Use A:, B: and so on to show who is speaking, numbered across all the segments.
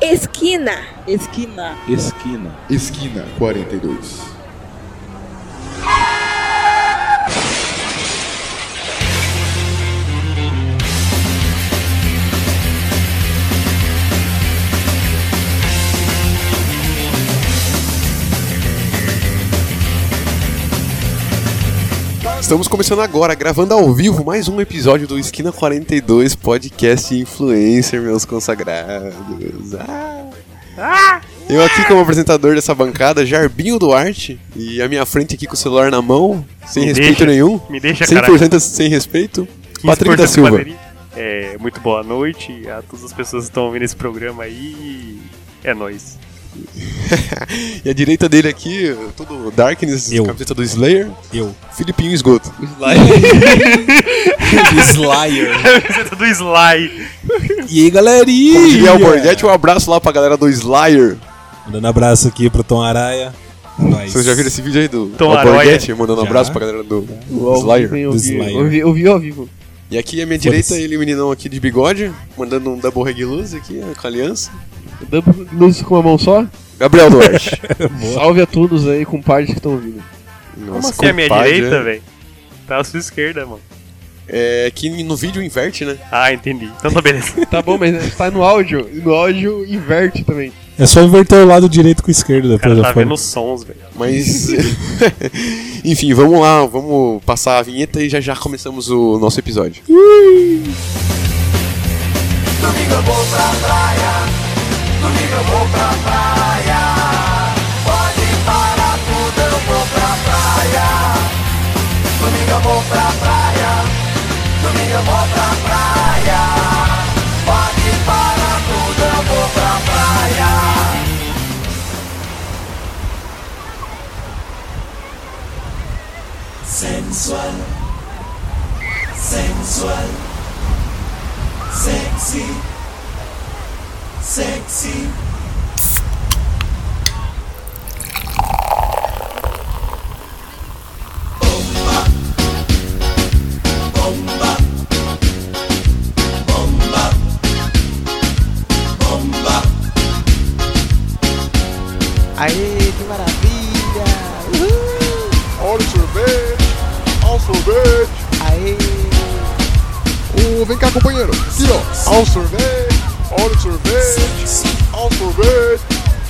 A: Esquina.
B: Esquina.
C: Esquina.
D: Esquina 42. Estamos começando agora, gravando ao vivo, mais um episódio do Esquina 42 Podcast Influencer, meus consagrados. Ah. Eu aqui como apresentador dessa bancada, Jarbinho Duarte, e a minha frente aqui com o celular na mão, sem
E: Me
D: respeito
E: deixa,
D: nenhum.
E: me deixa,
D: 100% sem respeito.
E: 15%
D: Patrick da
E: de
D: Silva.
E: bateria. É, muito boa noite a todas as pessoas que estão ouvindo esse programa aí. É nóis.
D: E à direita dele aqui, todo Darkness,
C: Eu.
D: camiseta do Slayer,
C: Eu.
D: Filipinho Esgoto.
C: Slayer.
E: Camiseta tá do Sly.
C: E aí, galerinha?
D: Como diria o Borghetti, um abraço lá pra galera do Slayer.
C: Mandando abraço aqui pro Tom Araia. É nóis.
D: Vocês já viram esse vídeo aí do
E: Tom
D: do Borghetti
E: Aroia.
D: mandando um
C: Já.
D: abraço pra galera do
B: O ao
D: Slayer?
B: vivo, hein, Eu
C: Do
B: vi,
C: Slayer.
B: eu vi- eu vi ao vivo.
D: E aqui à minha
C: Foda-se.
D: direita, ele, meninão aqui de bigode, mandando um double reg luz aqui, né, com a aliança.
B: Double luz com uma mão só.
D: Gabriel Duarte.
C: Boa.
B: Salve a todos aí, compadres que estão ouvindo.
E: Como
D: Nossa,
E: assim a minha
D: compadre,
E: direita,
D: né?
E: velho? Tá à sua esquerda, mano.
D: É que no vídeo inverte, né?
E: Ah, entendi. Então tá beleza.
B: Tá bom, mas né, tá no áudio. E no áudio inverte também.
C: É só inverter o lado direito com o esquerdo
E: O cara
C: depois
E: tá
C: da
E: vendo
C: forma.
E: os sons, velho.
D: Mas. Enfim, vamos lá, vamos passar a vinheta e já já começamos o nosso episódio.
F: Aê, que maravilha!
D: Olha o sorvete! Olha o sorvete!
F: Aê!
D: Ô, vem cá, companheiro! Aqui, ó! Olha o sorvete! Olha o sorvete! Olha o sorvete!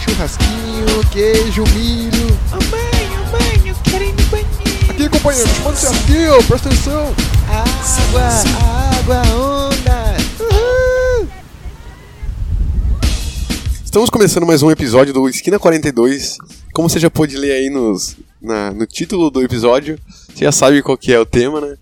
F: Churrasquinho, queijo, milho. Ô mãe, ô mãe, eu quero ir no banheiro.
D: Aqui, companheiro, chamando-se aqui, ó, presta atenção!
F: Água, água, onda. Uhul.
D: Estamos começando mais um episódio do Esquina 42. Como você já pôde ler aí nos, na- no título do episódio, você já sabe qual que é o tema, né?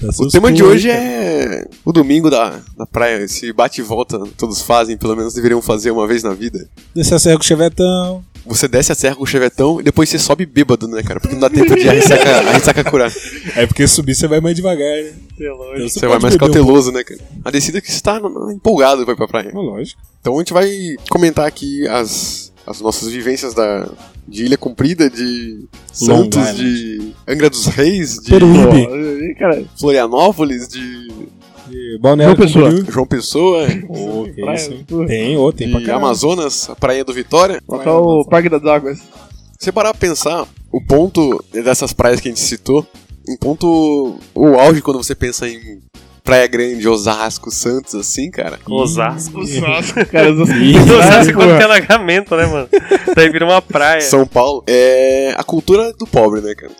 C: Tá
D: O tema de hoje é o domingo da, da praia, esse bate e volta todos fazem, pelo menos deveriam fazer uma vez na vida.
C: Descer a serra com o chevetão.
D: Você desce a serra com o chevetão e depois você sobe bêbado, né, cara? Porque não dá tempo de a ressaca, a ressaca curar.
C: É porque subir você vai mais devagar, né?
E: Pelo
D: Você vai mais
C: um
D: cauteloso, né, cara? A descida é que você tá empolgado pra ir pra praia.
C: Lógico.
D: Então a gente vai comentar aqui as, as nossas vivências da, de Ilha Comprida, de
C: Long
D: Santos,
C: Island.
D: de Angra dos Reis, de
C: Peruíbe.
B: Ó, cara,
D: Florianópolis, de
C: E Balneário
B: Boa pessoa.
C: Camboriú.
D: João Pessoa,
C: Ô, que
B: Praia,
C: isso, hein?
B: pô.
C: Tem, ô, tem pra
D: de
C: caramba.
D: Amazonas, a Praia do Vitória.
C: é
B: Tocar o Parque das Águas.
D: Se você parar pra pensar, o ponto dessas praias que a gente citou, um ponto, o auge quando você pensa em Praia Grande, Osasco, Santos, assim, cara.
E: Osasco.
B: Cara, os
E: Osasco quando tem alagamento, né, mano? Daí vira uma praia.
D: São Paulo é a cultura do pobre, né, cara?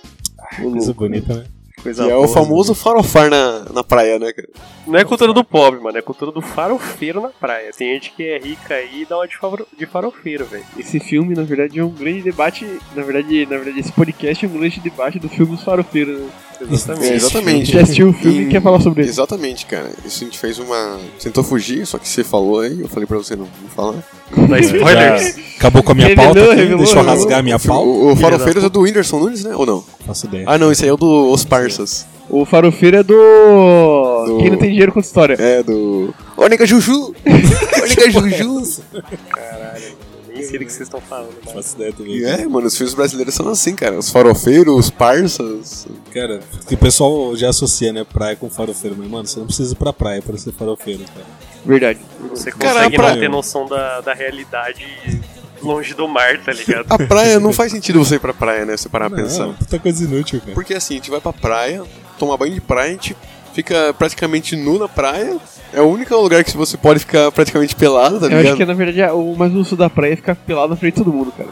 C: Coisa bonita, né?
D: Que é o famoso farofar na, na praia, né, cara?
E: Não é cultura do pobre, mano. É cultura do farofeiro na praia. Tem gente que é rica aí e dá uma de, faro- de farofeiro, velho.
B: Esse filme, na verdade, é um grande debate. Na verdade, na verdade, esse podcast é um grande debate do filme Os Farofeiros, né?
D: É,
E: Exatamente.
B: A
D: exatamente.
B: gente já assistiu o filme
D: Em-
B: e quer falar sobre ele.
D: Exatamente, cara. Isso a gente fez uma. Tentou fugir, só que você falou aí, eu falei pra você não, não falar.
E: Dá spoilers.
C: Já Acabou com a minha
B: Revelou,
C: pauta aqui,
B: revelou,
C: deixa eu
B: revelou.
C: rasgar a minha pauta.
D: O, o Farofeiros é do Whindersson Nunes, né? Ou não?
C: Faço ideia.
D: Ah, não, esse aí é o do Os Parsas.
B: O farofeiro é do...
D: Do-
B: Quem não tem dinheiro conta história.
D: É, do. Ô, nega Juju! Ô, nega é Juju!
E: Nem sei do que vocês estão falando, mano.
C: Faço ideia também.
D: E É, mano, os filmes brasileiros são assim, cara. Os farofeiros, os Parsas.
C: Cara, que o pessoal já associa, né, praia com farofeiro. Mas, mano, você não precisa ir pra praia pra ser farofeiro, cara.
B: Verdade.
E: Você consegue
D: Cara, pra-
E: não ter noção da, da realidade longe do mar, tá ligado?
B: Ah,
D: A praia não faz sentido você ir pra praia, né? Se você parar pra
C: Não,
D: pensar.
C: puta coisa inútil, cara.
D: Porque assim, a gente vai pra praia, tomar banho de praia, a gente fica praticamente nu na praia. É o único lugar que você pode ficar praticamente pelado, tá
B: Eu acho
D: ligado?
B: que na verdade é o mais luxo da praia é ficar pelado na frente de todo mundo, cara.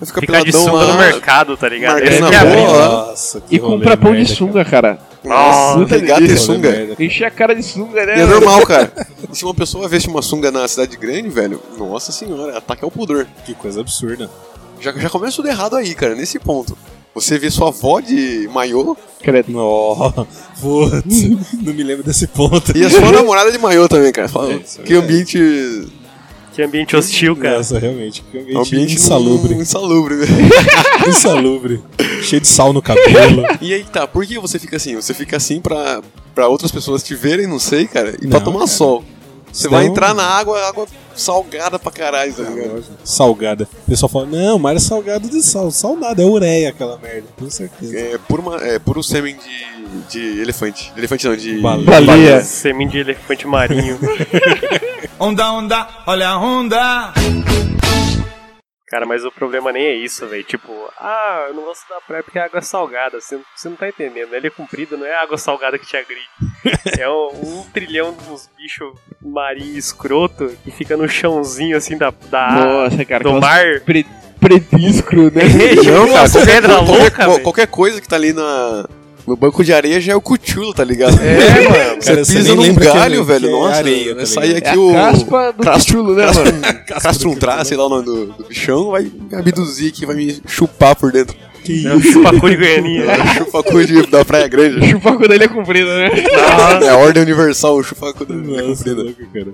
D: Você Fica,
E: Ficar de sunga no mercado, tá ligado?
D: marcando
E: Esse
D: na
E: que é a
D: boa.
E: brisa.
C: Nossa, que
B: E
C: rolê
B: comprar pão de
C: merda,
B: sunga, cara.
D: Nossa,
B: Puta merda,
D: pegar ter
C: cara. Rolê
D: sunga.
C: merda.
B: Encher a cara de sunga, né?
D: E é normal, cara. E se uma pessoa veste uma sunga na cidade grande, velho, nossa senhora, ataque ao pudor.
C: Que coisa absurda.
D: Já, já começa tudo errado aí, cara, nesse ponto. Você vê sua avó de maiô
B: Credo.
C: Nossa, putz, não me lembro desse ponto.
D: e a sua namorada de maiô também, cara. Fala, um
C: É, isso é
D: que ambiente.
E: Que é ambiente hostil, cara.
C: Nossa, realmente, que ambiente,
D: Ambiente
C: insalubre.
D: não- Insalubre, né? velho.
C: insalubre. Cheio de sal no cabelo.
D: E aí tá, por que você fica assim? Você fica assim pra, pra outras pessoas te verem, não sei, cara, e pra
C: Não,
D: tomar
C: cara. um
D: sol. Você vai
C: Não.
D: entrar na água, água salgada pra caralho, tá ligado?
C: Salgada. O pessoal fala, não, mar é salgado de sal. Sal nada, é ureia aquela merda, com certeza.
D: É puro, ma- é puro sêmen de, de elefante. Elefante não, de.
C: Baleia.
B: Baleia.
E: Semente de elefante marinho.
A: Onda, onda, olha a onda.
E: Cara, mas o problema nem é isso, velho. Tipo, ah, eu não gosto da praia porque é água salgada. Você, você não tá entendendo. Ele é comprido, não é água salgada que te agride. É um, um trilhão de uns bichos marinho escroto que fica no chãozinho assim da, da
B: Nossa, cara.
E: do
B: aquelas
E: mar.
B: Pre... Prediscro, né?
E: Não, cara,
D: qualquer-
E: pedra
B: Tá é
D: qualquer-
E: louca,
D: qual-
E: velho.
D: Qualquer coisa que tá ali na, no banco de areia já é o cuchulo, tá ligado?
E: É, mano.
D: Você
C: Cara, você
D: pisa
C: nem
D: num
C: lembra que é-
D: galho,
C: que
D: velho.
C: é
D: nossa,
C: areia, tá
D: sai
C: ligado?
D: aqui
B: É a
D: o.
B: caspa do
D: Castrulo, né, mano? Castrum trá, sei lá o nome do, do bichão, vai me abduzir aqui, vai me chupar por dentro.
C: Que
E: É o
C: isso?
E: chupacu de Goianinha.
D: É, o chupacu de, da Praia Grande.
B: Chupaco dele é comprido, né?
E: Nossa.
D: É a ordem universal, o chupacu da
C: Nossa,
D: comprida.
C: louco, cara.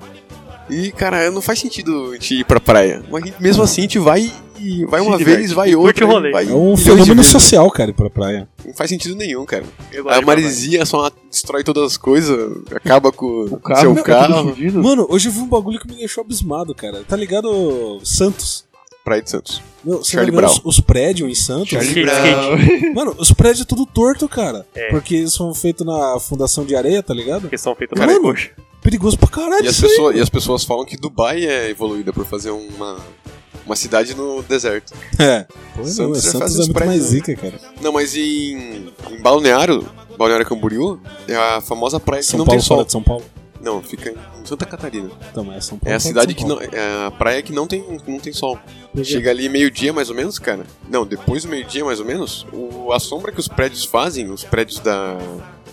D: E, cara, não faz sentido a gente ir pra praia. Mas a gente- mesmo assim, a gente vai. e Vai
E: Se
D: uma
E: diverte.
D: vez, vai
E: Curte
D: outra.
E: o rolê.
D: vai
C: É um
D: milhões de
C: fenômeno
D: vezes.
C: social, cara, ir pra praia.
D: Não faz sentido nenhum, cara.
E: Eu gosto
D: A
E: de praia.
D: maresia só destrói todas as coisas, acaba com o
B: carro,
D: seu
B: né, tá tudo
D: carro.
B: fodido.
C: Mano, hoje eu vi um bagulho que me deixou abismado, cara. Tá ligado Santos?
D: Praia de Santos.
C: Meu, você
D: Charlie
C: tá ligado
D: Brown.
C: os, os prédios em Santos?
D: Charlie
E: Skate,
B: Ah,
D: Brown.
E: skate.
C: Mano, os prédios tudo torto, cara.
E: É.
C: Porque eles são feitos na fundação de areia, tá ligado?
E: Porque são feitos
C: Mano,
E: para
D: é
E: coxa.
C: Perigoso pra caralho
D: E as,
C: isso aí.
D: pessoas, e as pessoas falam que Dubai é evoluída por fazer uma, uma cidade no deserto.
C: É. Pô, não,
D: Santos já faz
C: Santos é
D: os
C: muito
D: prédios,
C: mais
D: né?
C: zica, cara.
D: Não, mas em, em Balneário, Balneário Camboriú, é a famosa praia que
C: São
D: não
C: Paulo,
D: tem sol.
C: fora de São Paulo.
D: Não, fica em Santa Catarina.
C: Então, é São Paulo.
D: É
C: fora
D: a
C: de
D: cidade
C: São
D: que
C: Paulo.
D: não. É a praia que não tem, não tem sol.
C: Por quê?
D: Chega ali meio-dia mais ou menos, cara. Não, depois do meio-dia mais ou menos, o, a sombra que os prédios fazem, os prédios da,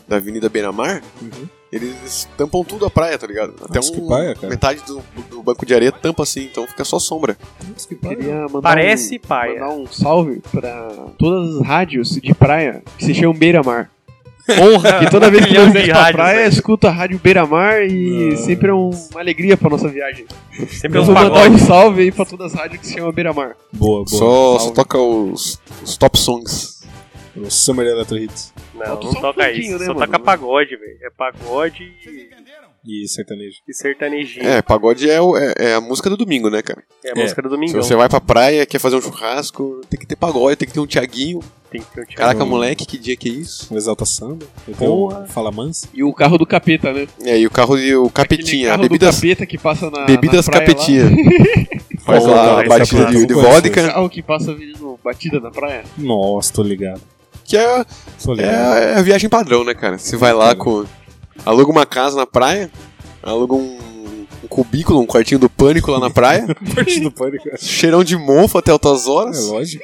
D: da Avenida Beira-Mar,
C: Uhum.
D: eles tampam tudo a praia, tá ligado? Até
C: Nossa,
D: um,
C: que paia, cara.
D: metade do, do banco de areia tampa assim, então fica só sombra.
C: Nossa, que pariu.
B: Queria mandar
E: Parece
B: um,
E: paia.
B: mandar um salve pra todas as rádios de praia que se chamam Beira Mar.
E: Honra!
B: E toda vez que
E: Milhões
B: nós
E: de
B: viemos pra
E: rádios, né?
B: praia,
E: velho.
B: escuta a rádio Beira Mar e
D: Ah.
C: Nossa.
B: sempre é um- uma alegria pra nossa viagem.
E: Sempre
B: Eu
E: uns
B: vou mandar um
E: pagodes.
B: salve aí pra todas as rádios que se chamam Beira Mar.
C: Boa, né? boa.
D: Só, só
C: Salve.
D: toca os, os top songs.
C: O Summer Electro Hits.
E: Não,
B: Bota
E: não
B: só um
E: toca
B: fundinho,
E: isso.
B: né,
E: Só
B: mano?
E: toca pagode, velho. É pagode e-
C: E sertanejo.
E: e sertanejinho.
D: É, pagode é, o- é, é a música do domingo, né, cara?
E: É a
C: É.
E: música do
D: Se
E: Domingão.
D: você vai pra praia, quer fazer um churrasco, tem que ter pagode, tem que ter um Tiaguinho.
E: Tem que ter um teatro.
D: Caraca, moleque, que dia que é isso?
C: Um Exalta Samba. Eu
B: Boa.
C: tenho um Fala Mansa.
B: E o carro do capeta, né?
D: É, e o carro e o
B: Aquele
D: capetinha, a
B: carro
D: bebida
B: do capeta que passa na
D: Bebidas
B: na praia
D: capetinha. Faz
C: Porra,
D: lá a
E: esse
D: batida
E: é
C: clássico.
D: de, de
C: Não conheço
B: Lá. O
D: vodka,
B: carro que passa vindo batida na praia.
C: Nossa, tô ligado.
D: que é,
C: Tô
D: é,
C: ligado.
D: é a viagem padrão, né, cara? Você vai lá com. Aluga uma casa na praia, aluga um, um cubículo, um quartinho do pânico lá na praia,
C: Parte do pânico. É
D: cheirão de mofo até altas horas,
C: lógico.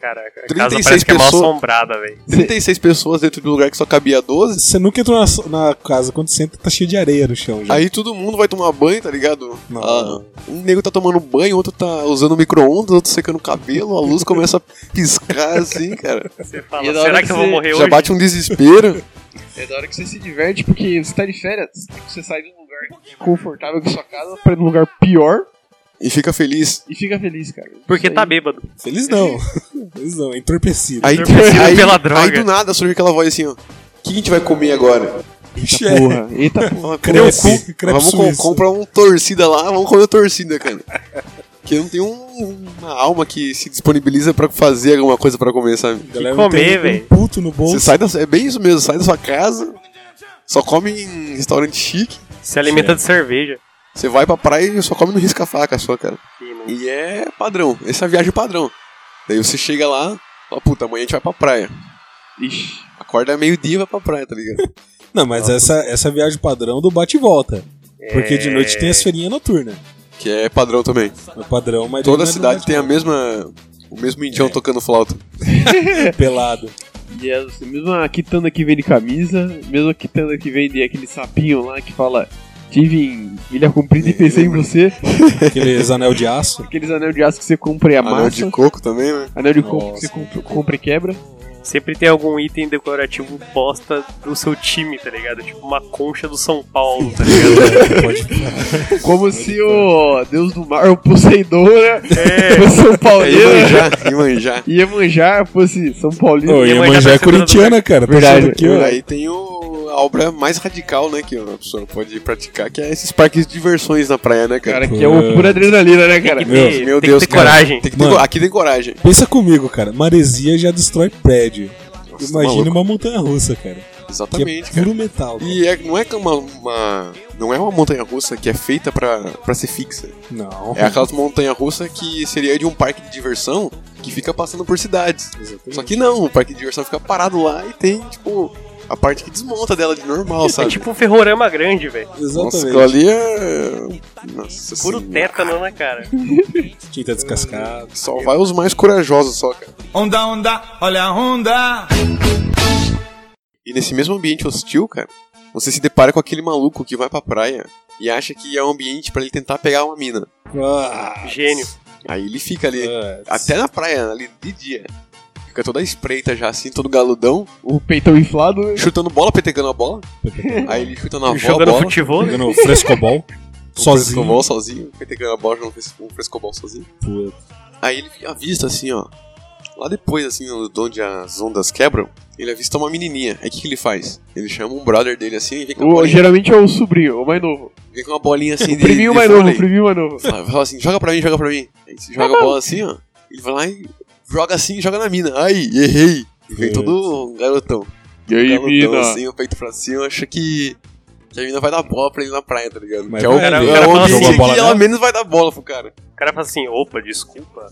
E: Caraca, a
D: 36
E: casa parece que é mal
D: pessoas.
E: assombrada, velho.
D: 36 pessoas dentro de um lugar que só cabia 12.
C: Você nunca entrou na, so- na casa, quando você entra, tá cheio de areia no chão já.
D: Aí todo mundo vai tomar banho, tá ligado?
C: Não.
D: Ah, um nego tá tomando banho, outro tá usando micro-ondas, outro secando o cabelo, a luz começa a piscar assim, cara.
E: Você
B: E na
E: fala,
B: hora
E: será
B: que
E: que eu vou
B: você
E: morrer
D: Já
E: hoje?
D: bate um desespero.
B: É da hora que você se diverte porque você tá de férias. Você sai de um lugar confortável com sua casa pra ir num lugar pior
D: E fica feliz.
B: e fica feliz, cara.
E: Porque
B: Isso
E: tá
B: aí-
E: bêbado.
C: Feliz não. Feliz não, é entorpecido.
D: Aí,
E: Entorpecido
D: aí,
E: assim, pela droga.
D: aí do nada surge aquela voz assim, ó. O que a gente vai comer agora?
C: Ixi, é.
B: Porra, eita porra.
C: Crepe,
D: Vamos com-
C: crepe
D: vamos com-
C: suíço.
D: comprar um torcida lá, vamos comer torcida, cara. Porque não tem um- uma alma que se disponibiliza pra fazer alguma coisa pra comer, sabe?
C: A galera
E: Que
C: não
E: comer,
C: tem um
E: velho.
C: puto no bolso.
D: Você sai da, é bem isso mesmo, sai da sua casa, só come em restaurante chique.
E: Se alimenta de cerveja.
D: Você vai pra praia e só come no risca-faca só, cara.
E: Quem não-
D: E é padrão. Essa é a viagem padrão. Daí você chega lá, fala, puta, amanhã a gente vai pra praia.
B: Ixi.
D: Acorda meio-dia e vai pra praia, tá ligado?
C: Não, mas essa, essa é a viagem padrão do bate e volta. Porque de noite tem
E: É.
C: as feirinhas noturnas.
D: que é padrão também.
C: É padrão, mas.
D: Toda
C: não é do
D: cidade
C: bate-
D: tem a mesma. O mesmo indião
C: É.
D: tocando flauta.
C: Pelado.
B: E é assim, mesmo a quitanda que vende camisa, mesmo a quitanda que vende aquele sapinho lá que fala tive em Ilha Comprida e pensei em você,
C: Aqueles anel de aço.
B: aqueles anel de aço que você compra e
C: É
B: amassa,
D: Anel de coco também, né?
B: anel de
C: Nossa.
B: coco que você compra, compra e quebra.
E: é, Sempre tem algum item decorativo bosta do seu time, tá ligado? Tipo uma concha do São Paulo, tá ligado?
C: Pode...
B: Como se o Deus do Mar, o Poseidon, né?
E: É,
B: O São
D: É
B: Paulino
D: Imanjá, Imanjá.
B: ia manjar, fosse São Paulino.
C: Ô,
E: Minha mãe já
C: Iemanjá
E: tá
C: é corintiana, cara. Tá
B: Verdade.
C: achando que, ó,
D: Aí tem o, a obra mais radical, né? Que a pessoa pode praticar, que é esses parques de diversões na praia, né, cara?
B: Cara, que é o pura adrenalina, né, cara?
E: tem que ter, tem que ter
D: cara.
E: coragem.
D: Tem que ter
C: Mano.
D: co- aqui tem coragem.
C: Pensa comigo, cara. Maresia já destrói prédio.
D: Nossa, tá
C: Imagina
D: maluco.
C: uma montanha russa, cara. Que é
D: Exatamente, cara.
C: puro metal. cara.
D: E é- não é que é uma, uma- Não é uma montanha russa que é feita pra, pra ser fixa.
C: Não.
D: É aquelas montanha russa que seria de um parque de diversão que fica passando por cidades. Só que não, o parque de diversão fica parado lá e tem, tipo, a parte que desmonta dela de normal,
E: É
D: sabe?
E: tipo um ferrorama grande, velho.
D: Nossa,
C: Exatamente.
D: aquilo ali é. Nossa,
E: Puro
D: senhora.
E: tétano, né, cara?
C: Tinta descascada.
D: Só vai os mais corajosos só, cara.
A: Onda, onda, olha a onda.
D: E nesse mesmo ambiente hostil, cara, você se depara com aquele maluco que vai pra praia e acha que é um ambiente pra ele tentar pegar uma mina.
C: Ah,
E: Gênio.
D: Aí ele fica ali.
C: putz.
D: Até na praia, né, ali de dia. Fica toda espreita já, assim, todo galudão,
B: O peitão inflado, né?
D: chutando bola, petecando a bola. Aí ele chuta na avó a
E: Jogando
D: bola.
E: futebol, né?
C: Jogando frescobol.
D: um
C: sozinho.
D: Frescobol sozinho, petecando a bola, jogando fres- um frescobol sozinho.
C: Pô,
D: Aí ele avista assim, ó. Lá depois, assim, de onde as ondas quebram, ele avista uma menininha. Aí o que, que ele faz? Ele chama um brother dele assim e vem com uma
B: O,
D: bolinha,
B: geralmente é o sobrinho, o mais novo.
D: vem com uma bolinha assim
B: O
D: de, de
B: priminho mais novo,
D: vôlei.
B: o priminho mais novo.
D: Fala fala assim, joga pra mim, joga pra mim. Aí você joga a bola assim, ó. Ele vai lá e joga assim, joga na mina. Aí, errei. Vem todo um garotão.
B: E
D: galotão assim, o peito pra cima, acha que, que a mina vai dar bola pra ele na praia, tá ligado?
C: Mas
D: que é
C: vai
D: o
E: ver.
D: é
E: O cara
D: o
E: fala
D: ambiente
E: assim,
D: que
C: bola
D: ela
C: dela?
D: menos vai dar bola pro cara.
E: O cara fala assim, opa, desculpa.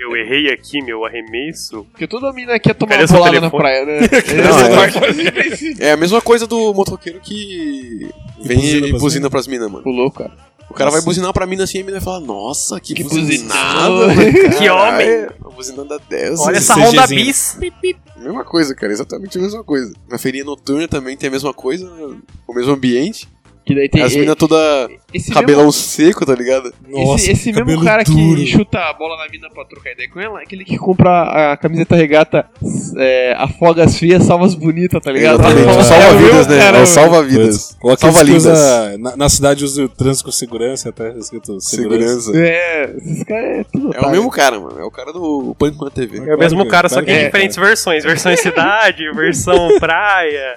E: Eu errei aqui, meu arremesso.
B: Porque toda mina quer tomar
E: Cadê
B: uma
E: seu
B: bolada na
E: telefone?
B: praia, né?
D: Não, é.
B: Essa parte é imprescindível.
D: É a mesma coisa do motoqueiro que vem
C: buzina
D: e
C: pras
D: buzina pras minas, mano.
B: Pulou, cara.
D: O cara vai
C: Nossa.
D: buzinar pra mina assim e a mina vai falar, nossa, que,
B: Que
D: buzinada,
B: buzinada.
D: mano,
E: Que
D: caralho, Uma buzinada dessa.
E: Olha essa
C: CGzinho.
E: onda bis.
D: Mesma coisa, cara, exatamente a mesma coisa. Na feirinha noturna também tem a mesma coisa, né? o mesmo ambiente.
B: Que daí tem
D: As
B: e-
D: minas toda
B: esse
D: cabelão seco, tá ligado?
B: mesmo,
C: Nossa,
B: esse, esse
C: que
B: mesmo
C: cabelo
B: cara
C: duro.
B: que chuta a bola na mina pra trocar ideia com ela, é aquele que compra a camiseta regata é, Afoga as Frias, Salva as Bonitas, tá ligado? É
D: Exatamente. O
B: o
D: salva-vidas,
B: mesmo
D: né?
B: cara,
D: É o
B: mano.
D: salva-vidas.
C: Ou aqueles
D: Salva
C: que
D: lindas.
C: usa- na, na cidade usa o trânsito com segurança, até escrito segurança.
D: Segurança.
B: É, esses caras é tudo
D: É o mesmo cara, mano. É o cara do Pânico na TV.
E: É o mesmo
C: Claro,
E: cara, só
C: claro
E: que em
C: que é,
E: diferentes versões. Versão em cidade, versão praia.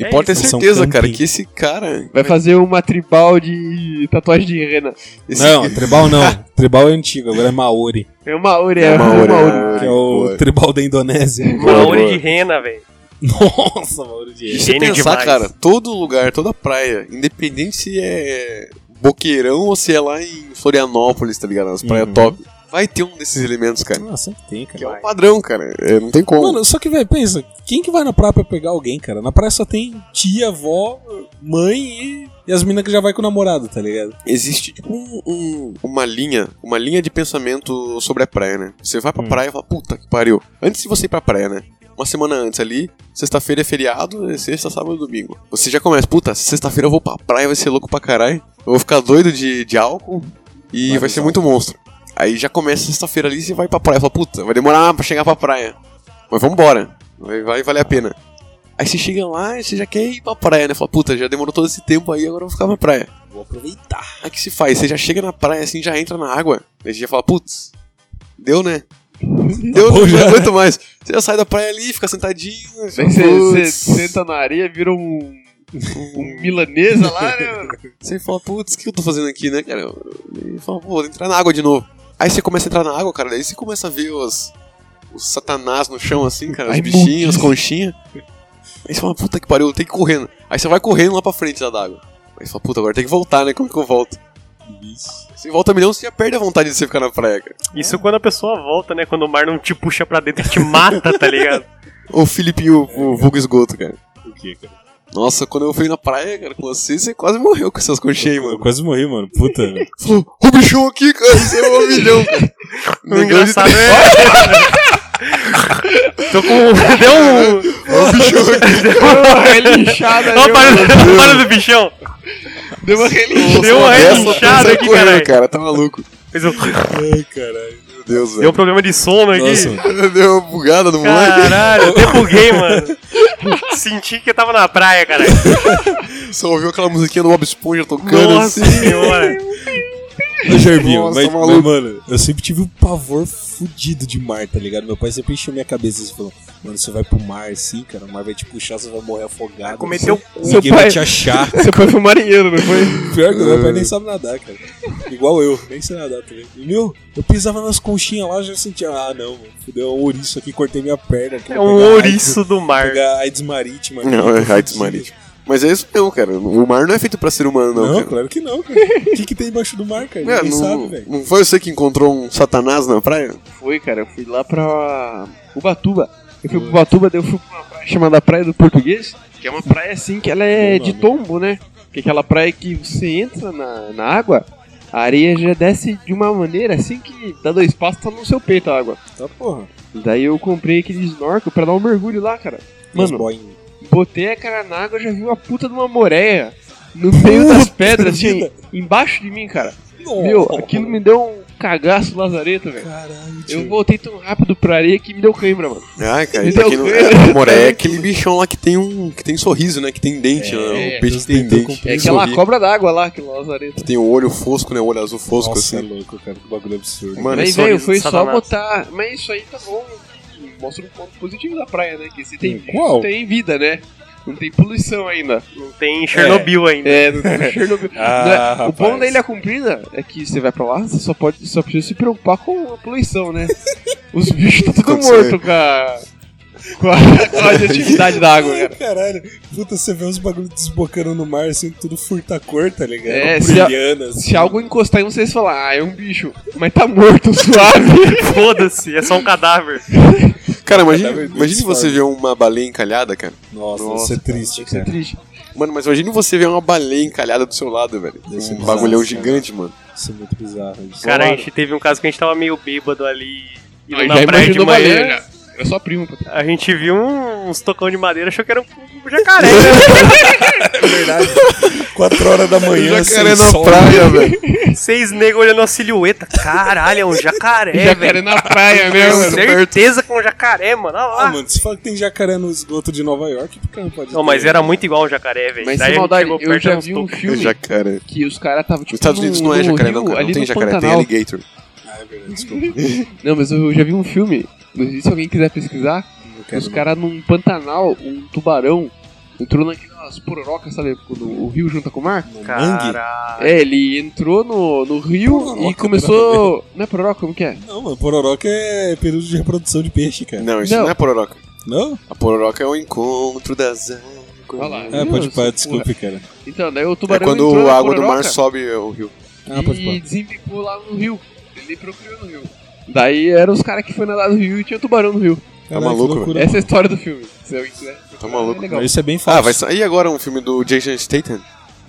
D: E
E: É
D: pode ter
C: isso. São
D: certeza,
C: camping.
D: cara, que esse cara. né?
B: Vai fazer uma tribal de tatuagem de rena.
D: Esse...
C: Não, tribal não. tribal é antigo, agora é Maori.
B: É uma Uri,
D: É
B: é uma Uri.
D: Maori, Maori,
C: Que é o
D: boa.
C: tribal da Indonésia.
D: Boa,
E: Uma
D: boa.
E: de rena, velho.
C: Nossa, Maori de
D: E se
E: Gênio
D: pensar,
E: demais.
D: cara, todo lugar, toda praia, independente se é Boqueirão ou se é lá em Florianópolis, tá ligado? As praias
C: Uhum.
D: top, vai ter um desses elementos, cara.
C: Ah, sempre tem, cara.
D: Que é o padrão, cara. É, não tem como.
C: Mano, só que, velho, pensa, quem que vai na praia pra pegar alguém, cara? Na praia só tem tia, avó, mãe e, e as minas que já vai com o namorado, tá ligado?
D: existe tipo um- um- uma linha, uma linha de pensamento sobre a praia, né? Você vai pra
C: Hum.
D: praia e fala, puta que pariu. Antes de você ir pra praia, né? Uma semana antes ali, sexta-feira é feriado, é sexta, sábado e domingo. Você já começa, puta, sexta-feira eu vou pra praia, vai ser louco pra caralho. Eu vou ficar doido de, de álcool e vai,
C: Vai
D: ser
C: usar.
D: muito monstro. Aí já começa sexta-feira ali, você vai pra praia, fala, puta, vai demorar pra chegar pra praia. Mas vambora, vai, vai valer a pena. Aí você chega lá e você já quer ir pra praia, né? Fala, puta, já demorou todo esse tempo aí, agora eu vou ficar pra praia.
C: Vou aproveitar.
D: Aí o que se faz? Você já chega na praia assim, já entra na água. Aí você já fala, putz, deu né? Deu,
C: bom
D: não
C: já.
D: aguento mais. Você já sai da praia ali, fica sentadinho.
B: Daí você- você
D: Putz.
B: senta na areia, vira um, um milanesa lá, né? mano?
D: Você fala, putz, o que eu tô fazendo aqui, né, cara? E fala, pô, vou entrar na água de novo. Aí você começa a entrar na água, cara, daí você começa a ver os, os satanás no chão, assim, cara, os
B: Ai,
D: bichinhos, as conchinhas. Aí você fala, puta que pariu, tem que ir correndo. Aí você vai correndo lá pra frente lá da água. Aí você fala, puta, agora tem que voltar, né? Como que eu volto?
C: Isso.
D: Se volta milhão, você já perde a vontade de você ficar na praia, cara.
E: Isso quando a pessoa volta, né? Quando o mar não te puxa pra dentro e te mata, tá ligado?
D: Ô, Filipinho, o vulgo esgoto, cara.
C: Por quê, cara?
D: Nossa, quando eu fui na praia, cara, com você, você quase morreu com essas coxinhas aí,
C: Eu
D: mano.
C: quase morri, mano. Puta, velho.
D: Falou, o bichão aqui, cara, você é um milhão, cara.
E: O
D: Negão de
E: engraçado
D: três,
E: é. Tô com. Deu um.
D: ó, o né? bichão aqui.
B: Lixada,
E: Ó, para, para do bichão!
D: Deu uma relinchada.
E: Deu uma relinchada aqui, caralho.
D: cara, tá maluco.
E: Fez um...
C: Ai, caralho.
D: Meu Deus,
E: Deu um
D: velho.
E: problema de sono aqui.
C: Nossa, mano.
D: Deu uma bugada no moleque.
E: Caralho, eu até buguei, mano. Senti que eu tava na praia, cara.
D: Só ouviu aquela musiquinha do Bob Esponja tocando
E: Nossa
D: assim.
E: senhora.
C: Ô, Jarbinho,
D: Nossa,
C: mas, mas,
D: maluco.
C: mano, eu sempre tive um pavor fudido de mar, tá ligado? Meu pai sempre encheu minha cabeça e falou: Mano, você vai pro mar assim, cara, o mar vai te puxar, você vai morrer afogado.
E: Vai comer teu cu.
C: Ninguém
B: Seu
C: vai
B: pai-
C: te achar.
B: Seu pai foi marinheiro, não foi?
C: Pior que o meu pai nem sabe nadar, cara. Igual eu, nem sei nadar também. E meu, eu pisava nas conchinhas lá, já sentia, ah não, mano, fudeu, é um ouriço aqui, cortei minha perna. que eu
E: É
C: vou
E: um
C: pegar
E: ouriço do
C: AIDS,
E: mar.
C: Pegar AIDS marítima. aqui,
D: Não, é
C: tô
D: AIDS
C: fudido.
D: marítima. Mas é isso mesmo, cara. O mar não é feito pra ser humano, não,
C: Não,
D: cara.
C: claro que não, cara. O que, que tem embaixo do mar, cara?
D: É,
C: Ninguém sabe,
D: não,
C: velho.
D: não foi você que encontrou um satanás na praia?
B: Foi, cara. Eu fui lá pra Ubatuba. Eu fui pra Ubatuba, daí eu fui pra uma praia chamada Praia do Português, que é uma praia assim que ela é
C: Bom
B: de
C: nome.
B: tombo, né? Que é aquela praia que você entra na, na água, a areia já desce de uma maneira assim que dá dois passos, tá no seu peito a água.
C: Tá porra.
B: Daí eu comprei aquele snorkel pra dar um mergulho lá, cara.
C: Mas
B: Mano,
C: boinha.
B: botei a cara na água, já vi uma puta de uma moreia no meio das pedras, assim, embaixo de mim, cara. Meu,
C: Nossa.
B: aquilo me deu um cagaço lazareto, velho.
C: Caralho, tio.
B: Eu voltei tão rápido pra areia que me deu cãibra, mano.
D: Ai, cara,
B: Me
D: pra
B: deu
D: quem não...
B: coisa.
D: é, moré é aquele bichão lá que tem um. que tem sorriso, né? Que tem dente, né? O
B: é,
D: peixe que tem
C: Deus tentou
D: dente.
C: cumprir.
B: É aquela
D: Sorri.
B: cobra d'água lá, aquele lazareta.
D: Que tem o olho fosco, né? O olho azul fosco,
C: Nossa, é
D: assim.
C: louco, cara. Que bagulho absurdo.
D: Mano,
B: Mas,
D: isso é
B: velho,
E: sorriso
B: foi
E: de
B: só
E: Satanás.
B: botar. Mas isso aí tá bom. Mostra um ponto positivo da praia, né? Que se tem
C: Hum,
B: bicho,
C: qual?
B: não tem vida, né? Não tem poluição ainda.
E: Não tem Chernobyl ainda.
B: É, não tem Chernobyl.
C: Ah,
B: Não é- o
C: rapaz.
B: bom da Ilha Comprida é que você vai pra lá, você só pode só precisa se preocupar com a poluição, né? Os bichos estão tudo
D: Aconteceu.
B: mortos com a. com a, com a radioatividade da água, cara.
C: Ai, Caralho, puta, você vê uns bagulho desbocando no mar, assim, tudo furta cor, tá ligado?
B: É, se a-
C: Brilhando, assim.
B: Se algo encostar em vocês falar, ah, é um bicho, mas tá morto, suave.
E: Foda-se, é só um cadáver.
D: Cara, imagina,
C: Cadáver
D: imagine
C: disforme.
D: você ver uma baleia encalhada, cara.
C: Nossa,
D: Nossa,
C: isso é triste,
B: Isso é
C: cara.
B: triste.
D: Mano, mas imagine você ver uma baleia encalhada do seu lado, velho.
C: Deve ser
D: Um
C: bizarro,
D: bagulhão
C: cara.
D: gigante, mano.
C: Isso é muito bizarro. isso.
E: Cara, a gente teve um caso que a gente tava meio bêbado ali. Indo
B: Aí
E: na praia de manhã.
B: já. Eu sou primo, pô.
D: É,
E: A gente viu um, uns tocão de madeira, achou que era um um jacaré. né?
C: Quatro horas da manhã,
D: Jacaré
C: sem
D: na
C: sol.
D: praia, velho.
E: Seis negros olhando a silhueta. Caralho, é um jacaré,
B: Jacaré
E: velho.
B: na praia mesmo,
E: Tenho
B: mano.
E: certeza que é um jacaré, mano. Olha
C: Ah,
E: lá.
C: mano, se fala que tem jacaré no esgoto de Nova York, por que não pode
E: Não,
C: ter? né?
E: mas era muito igual um jacaré, velho.
B: Mas
E: Daí a
B: sem
E: gente
B: maldade,
E: chegou
B: eu
E: perto,
B: já
E: era uns
B: vi um
E: tocos.
D: É
B: filme
D: jacaré.
B: que os caras estavam tipo.
D: Nos Estados
B: num-
D: Unidos não é
B: num
D: jacaré,
B: rio
D: não, cara.
B: ali
D: Não tem
B: no
D: jacaré, tem
B: Pantanal.
D: alligator.
C: Ah, é verdade, desculpa.
B: Não, mas eu já vi um filme. Inclusive, se alguém quiser pesquisar,
C: Não quero,
B: os caras num Pantanal, um tubarão, entrou naquelas pororocas, sabe? Quando o rio junta com o mar.
C: não. No mangue?
E: Caralho.
D: Ah.
B: É, ele entrou no, no rio
C: Pororoca,
B: e começou. Não é pororoca? Como que é?
C: Não, mano, pororoca é período de reprodução de peixe, cara.
D: Não, isso
B: Não.
D: não é pororoca.
C: Não?
D: A pororoca é o encontro das
B: Olha
D: águas.
B: lá.
C: Ah,
B: Não,
C: pode parar,
B: essa
C: desculpa, cara.
B: Então, daí o
D: É
B: tubarão entrou
D: quando
B: na
D: a água do
B: pororoca
D: mar sobe o rio.
C: Ah, pode
B: e
C: parar.
B: desembicou lá no rio. Ele procriou no rio. Daí eram os caras que foi nadar no rio e tinha tubarão no rio.
C: Caralho,
D: tá maluco,
C: que loucura.
B: Essa é a história do filme. Se alguém quiser.
D: Tá
B: procurar,
D: maluco.
B: É legal.
C: Mas Isso é bem fácil.
D: Ah, vai sair agora um filme do Jason Statham.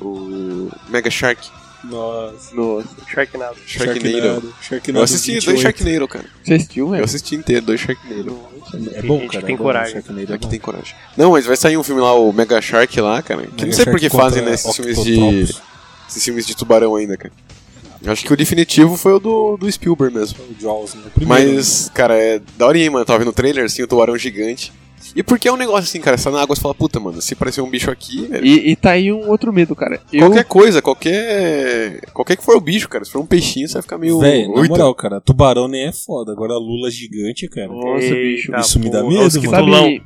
D: O Mega Shark.
C: Nossa.
B: Nossa.
E: Sharknado.
D: Sharknado.
C: Sharknado
D: Eu assisti dois
C: 28.
D: Sharknado, cara.
B: Você assistiu,
D: Eu
B: velho?
D: assisti inteiro, dois Sharknado.
C: É
E: Tem
C: bom,
E: gente
C: cara.
E: que tem
C: é bom,
E: coragem.
C: Sharknado é
D: Aqui
C: bom.
D: tem coragem. Não, mas vai sair um filme lá, o Mega Shark lá, cara. Que não sei por que fazem, né, esses filmes de. Esses filmes de tubarão ainda, cara. Eu acho que o definitivo foi o do, do Spielberg mesmo.
C: O Jaws, né? O primeiro, né?
D: Mas, cara, é daorinha, mano. Eu Tava vendo o trailer, assim, o tubarão gigante. E porque é um negócio assim, cara, você tá na água e fala, puta, mano, se parecer um bicho aqui, velho,
B: E, e tá aí um outro medo, cara. Eu,
D: Qualquer coisa, qualquer. Qualquer que for o bicho, cara. Se for um peixinho, você vai ficar meio.
C: Véi, na
D: Oita.
C: moral, cara, tubarão nem é foda. Agora lula gigante, cara.
B: Nossa, bicho.
E: Eita,
C: Isso me dá
E: porra.
C: medo,
E: Os tá
C: mano.
B: sabe,
E: quitulão.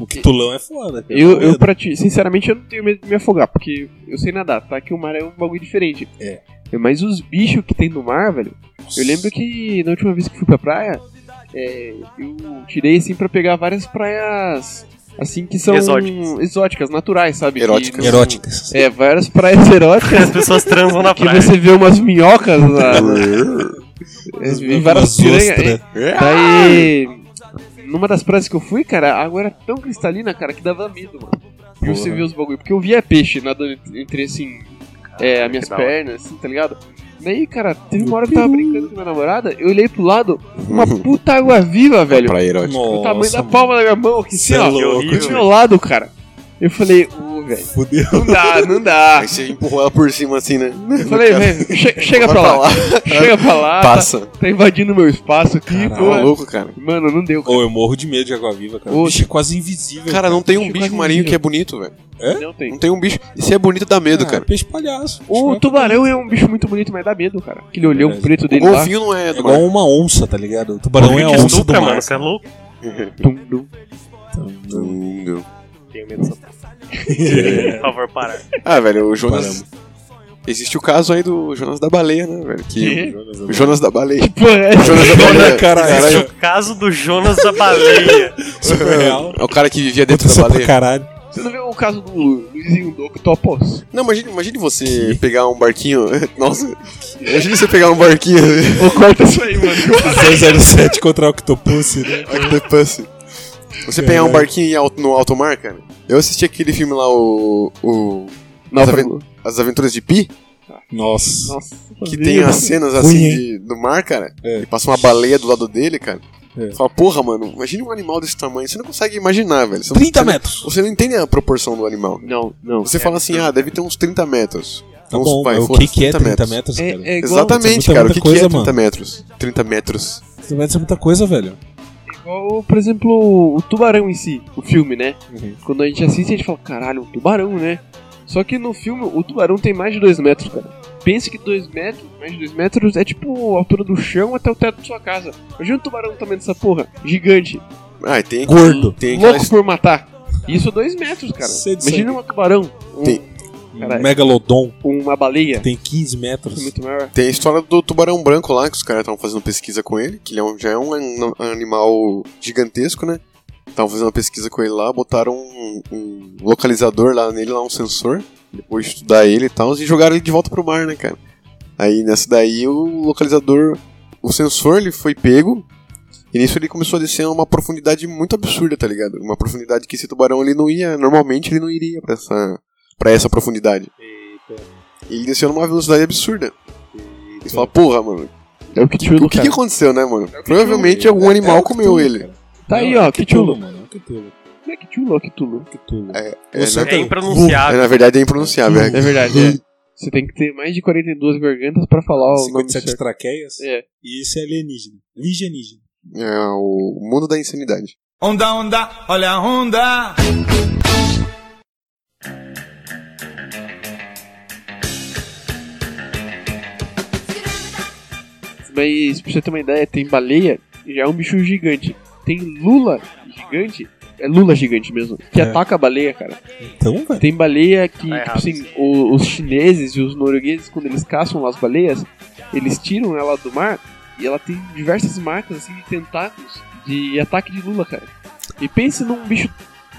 C: O quitulão é foda, cara.
B: eu,
C: Tá
B: eu
C: vendo?
B: prati... sinceramente, eu não tenho medo de me afogar, porque eu sei nadar, tá? Que o mar é um bagulho diferente.
C: É.
B: Mas os bichos que tem no mar, velho. Eu lembro que na última vez que fui pra praia, é, eu tirei assim pra pegar várias praias assim que são
E: Exóticas.
B: exóticas, naturais, sabe? Que
D: Eróticas.
B: não-
C: Eróticas.
B: É, várias praias eróticas
E: As pessoas transam na
B: que
E: praia.
B: você vê umas minhocas na, na- em várias
C: Umas
B: piranhas.
C: ostras.
B: é. Daí, numa das praias que eu fui, cara, a água era tão cristalina, cara, que dava medo, mano. E você vê os bagulho. Porque eu via peixe nadando ent- entre, assim, é, as minhas
E: que da hora.
B: pernas, assim, tá ligado? Daí, cara, teve uma hora que eu tava brincando com minha namorada, eu olhei pro lado, uma puta água viva, velho.
D: Praia erótica.
B: O tamanho da
C: mano.
B: palma da minha mão, que assim,
C: Cê é
B: ó,
C: louco,
E: horrível,
B: do
E: velho.
B: meu lado, cara. Eu falei, ô, velho,
C: Fudeu.
B: não dá, não dá.
D: Aí você empurrou ela por cima assim, né?
B: Eu falei, velho, che- chega pra lá, chega pra lá, tá,
D: Passa.
B: tá invadindo meu espaço aqui,
D: Tá
B: pô.
D: louco, cara.
B: Mano, não deu, cara.
C: Ô, eu morro de medo de água-viva, cara. O
B: Ô,
C: bicho é quase invisível.
D: Cara, não tem um
B: Bicho
D: bicho
B: quase
D: marinho
B: invisível.
D: que é bonito, velho.
B: Não tem.
D: Não tem um bicho. E se é bonito, dá medo,
C: Ah,
D: cara.
C: Peixe palhaço.
B: O
C: Bicho
B: tubarão é um bicho muito bonito, mas dá medo, cara. Aquele olhão
C: Verdade.
B: preto
D: O
B: dele lá.
D: golfinho não é
C: É
D: do
C: igual
D: mar.
C: uma onça, tá ligado? O tubarão é a
B: um
E: Que
C: onça do
E: estupra,
C: mar.
E: mano, você é louco?
B: Dum, dum.
D: Hum, não.
E: Tenho medo dessa porra.
B: É.
E: Por favor, para.
D: Ah, velho, o Jonas. Existe o caso aí do Jonas da baleia, né, velho? Que... O Jonas da baleia.
B: Porra, é-
D: Jonas da baleia.
E: Esse é
D: Caralho.
E: o caso do Jonas da baleia.
C: Super real.
D: É o cara que vivia dentro da
C: Contra pra
D: baleia.
C: caralho.
B: Você não viu o caso do Luizinho do Octopus?
D: Não, imagine, imagine você pegar um barquinho. Nossa, imagine você pegar um barquinho.
B: Ô, corta isso aí, mano.
C: 007 contra o Octopus, né?
D: Octopus. Você pegar um barquinho e ir alto- no alto mar, cara. Eu assisti aquele filme lá, o. o as,
B: Náufrago.
D: Aven- As Aventuras de Pi,
C: Nossa.
B: Nossa,
D: que
B: vida.
D: tem as cenas
C: Ruim,
D: assim
C: hein?
D: de- do mar, cara.
C: É.
D: E passa uma baleia do lado dele, cara.
C: É.
D: Fala, porra, mano, imagine um animal desse tamanho. Você não consegue imaginar, velho. Você não-
C: 30
D: você não-
C: metros.
D: Você não entende a proporção do animal.
B: Não, não. É,
D: Você fala assim, ah, deve ter uns 30 metros.
C: Tá
D: Então,
C: bom,
D: vai,
C: mas o
D: foda-se,
C: que, que é 30 metros, cara?
B: É, é igual,
D: Exatamente,
C: muita-
D: cara.
C: muita
D: o que,
C: coisa,
D: que é 30
C: mano.
D: metros? 30 metros.
C: 30 metros é muita coisa, velho.
B: igual, por exemplo, o tubarão em si, o filme, né?
C: Uhum.
B: Quando a gente assiste, a gente fala, caralho, um tubarão, né? Só que no filme, o tubarão tem mais de 2 metros, cara. Pense que 2 metros, mais de 2 metros, é tipo a altura do chão até o teto da sua casa. Imagina um tubarão do tamanho dessa porra, gigante,
D: Ah, e tem.
C: Gordo.
D: Tem aquela
B: louco por matar. Isso é 2 metros, cara.
C: Cê de
B: Imagina um tubarão, um-
D: Tem-
B: Caralho.
C: Megalodon,
B: uma
C: que
B: baleia,
C: tem 15 metros.
B: é muito maior.
D: Tem a história do tubarão branco lá, que os caras estavam fazendo pesquisa com ele, que ele é um- já é um an- animal gigantesco, né? Estavam fazendo uma pesquisa com ele lá, botaram um, um localizador lá nele, lá um sensor, depois de estudar ele e tal, e jogaram ele de volta pro mar, né, cara? Aí nessa daí o localizador, o sensor ele foi pego, e nisso ele começou a descer a uma profundidade muito absurda, tá ligado? Uma profundidade que esse tubarão ele não ia, normalmente ele não iria pra essa, pra essa profundidade. E ele desceu numa velocidade absurda. E você fala, porra, mano,
B: É o que chulo,
D: o que, que aconteceu, né, mano? Provavelmente
C: É,
D: algum
C: é
D: animal
C: o Cthulhu,
D: comeu ele.
C: cara.
B: Tá aí,
C: Não,
B: ó,
C: é
B: Cthulhu.
C: mano. É Cthulhu.
B: Não é que chulo, é que tulo.
C: Cthulhu.
D: É,
C: Você
D: né?
E: É
D: É,
E: impronunciável.
D: na verdade é impronunciável.
B: É
D: é.
B: verdade, é. Você tem que ter mais de 42 gargantas pra falar o nome
C: 57
B: certo.
C: traqueias.
B: É.
C: E esse é alienígena. Ligenígena.
D: É o mundo da insanidade.
A: Onda, onda, olha a onda.
B: Mas pra você ter uma ideia, tem baleia, já é um bicho gigante. Tem lula gigante, é lula gigante mesmo, que
C: É.
B: ataca a baleia, cara.
C: Então, velho.
B: Tem baleia que,
E: Tá
B: tipo
E: errado
B: assim, o- os chineses e os noruegueses, quando eles caçam as baleias, eles tiram ela do mar e ela tem diversas marcas, assim, de tentáculos de ataque de lula, cara. E pense num bicho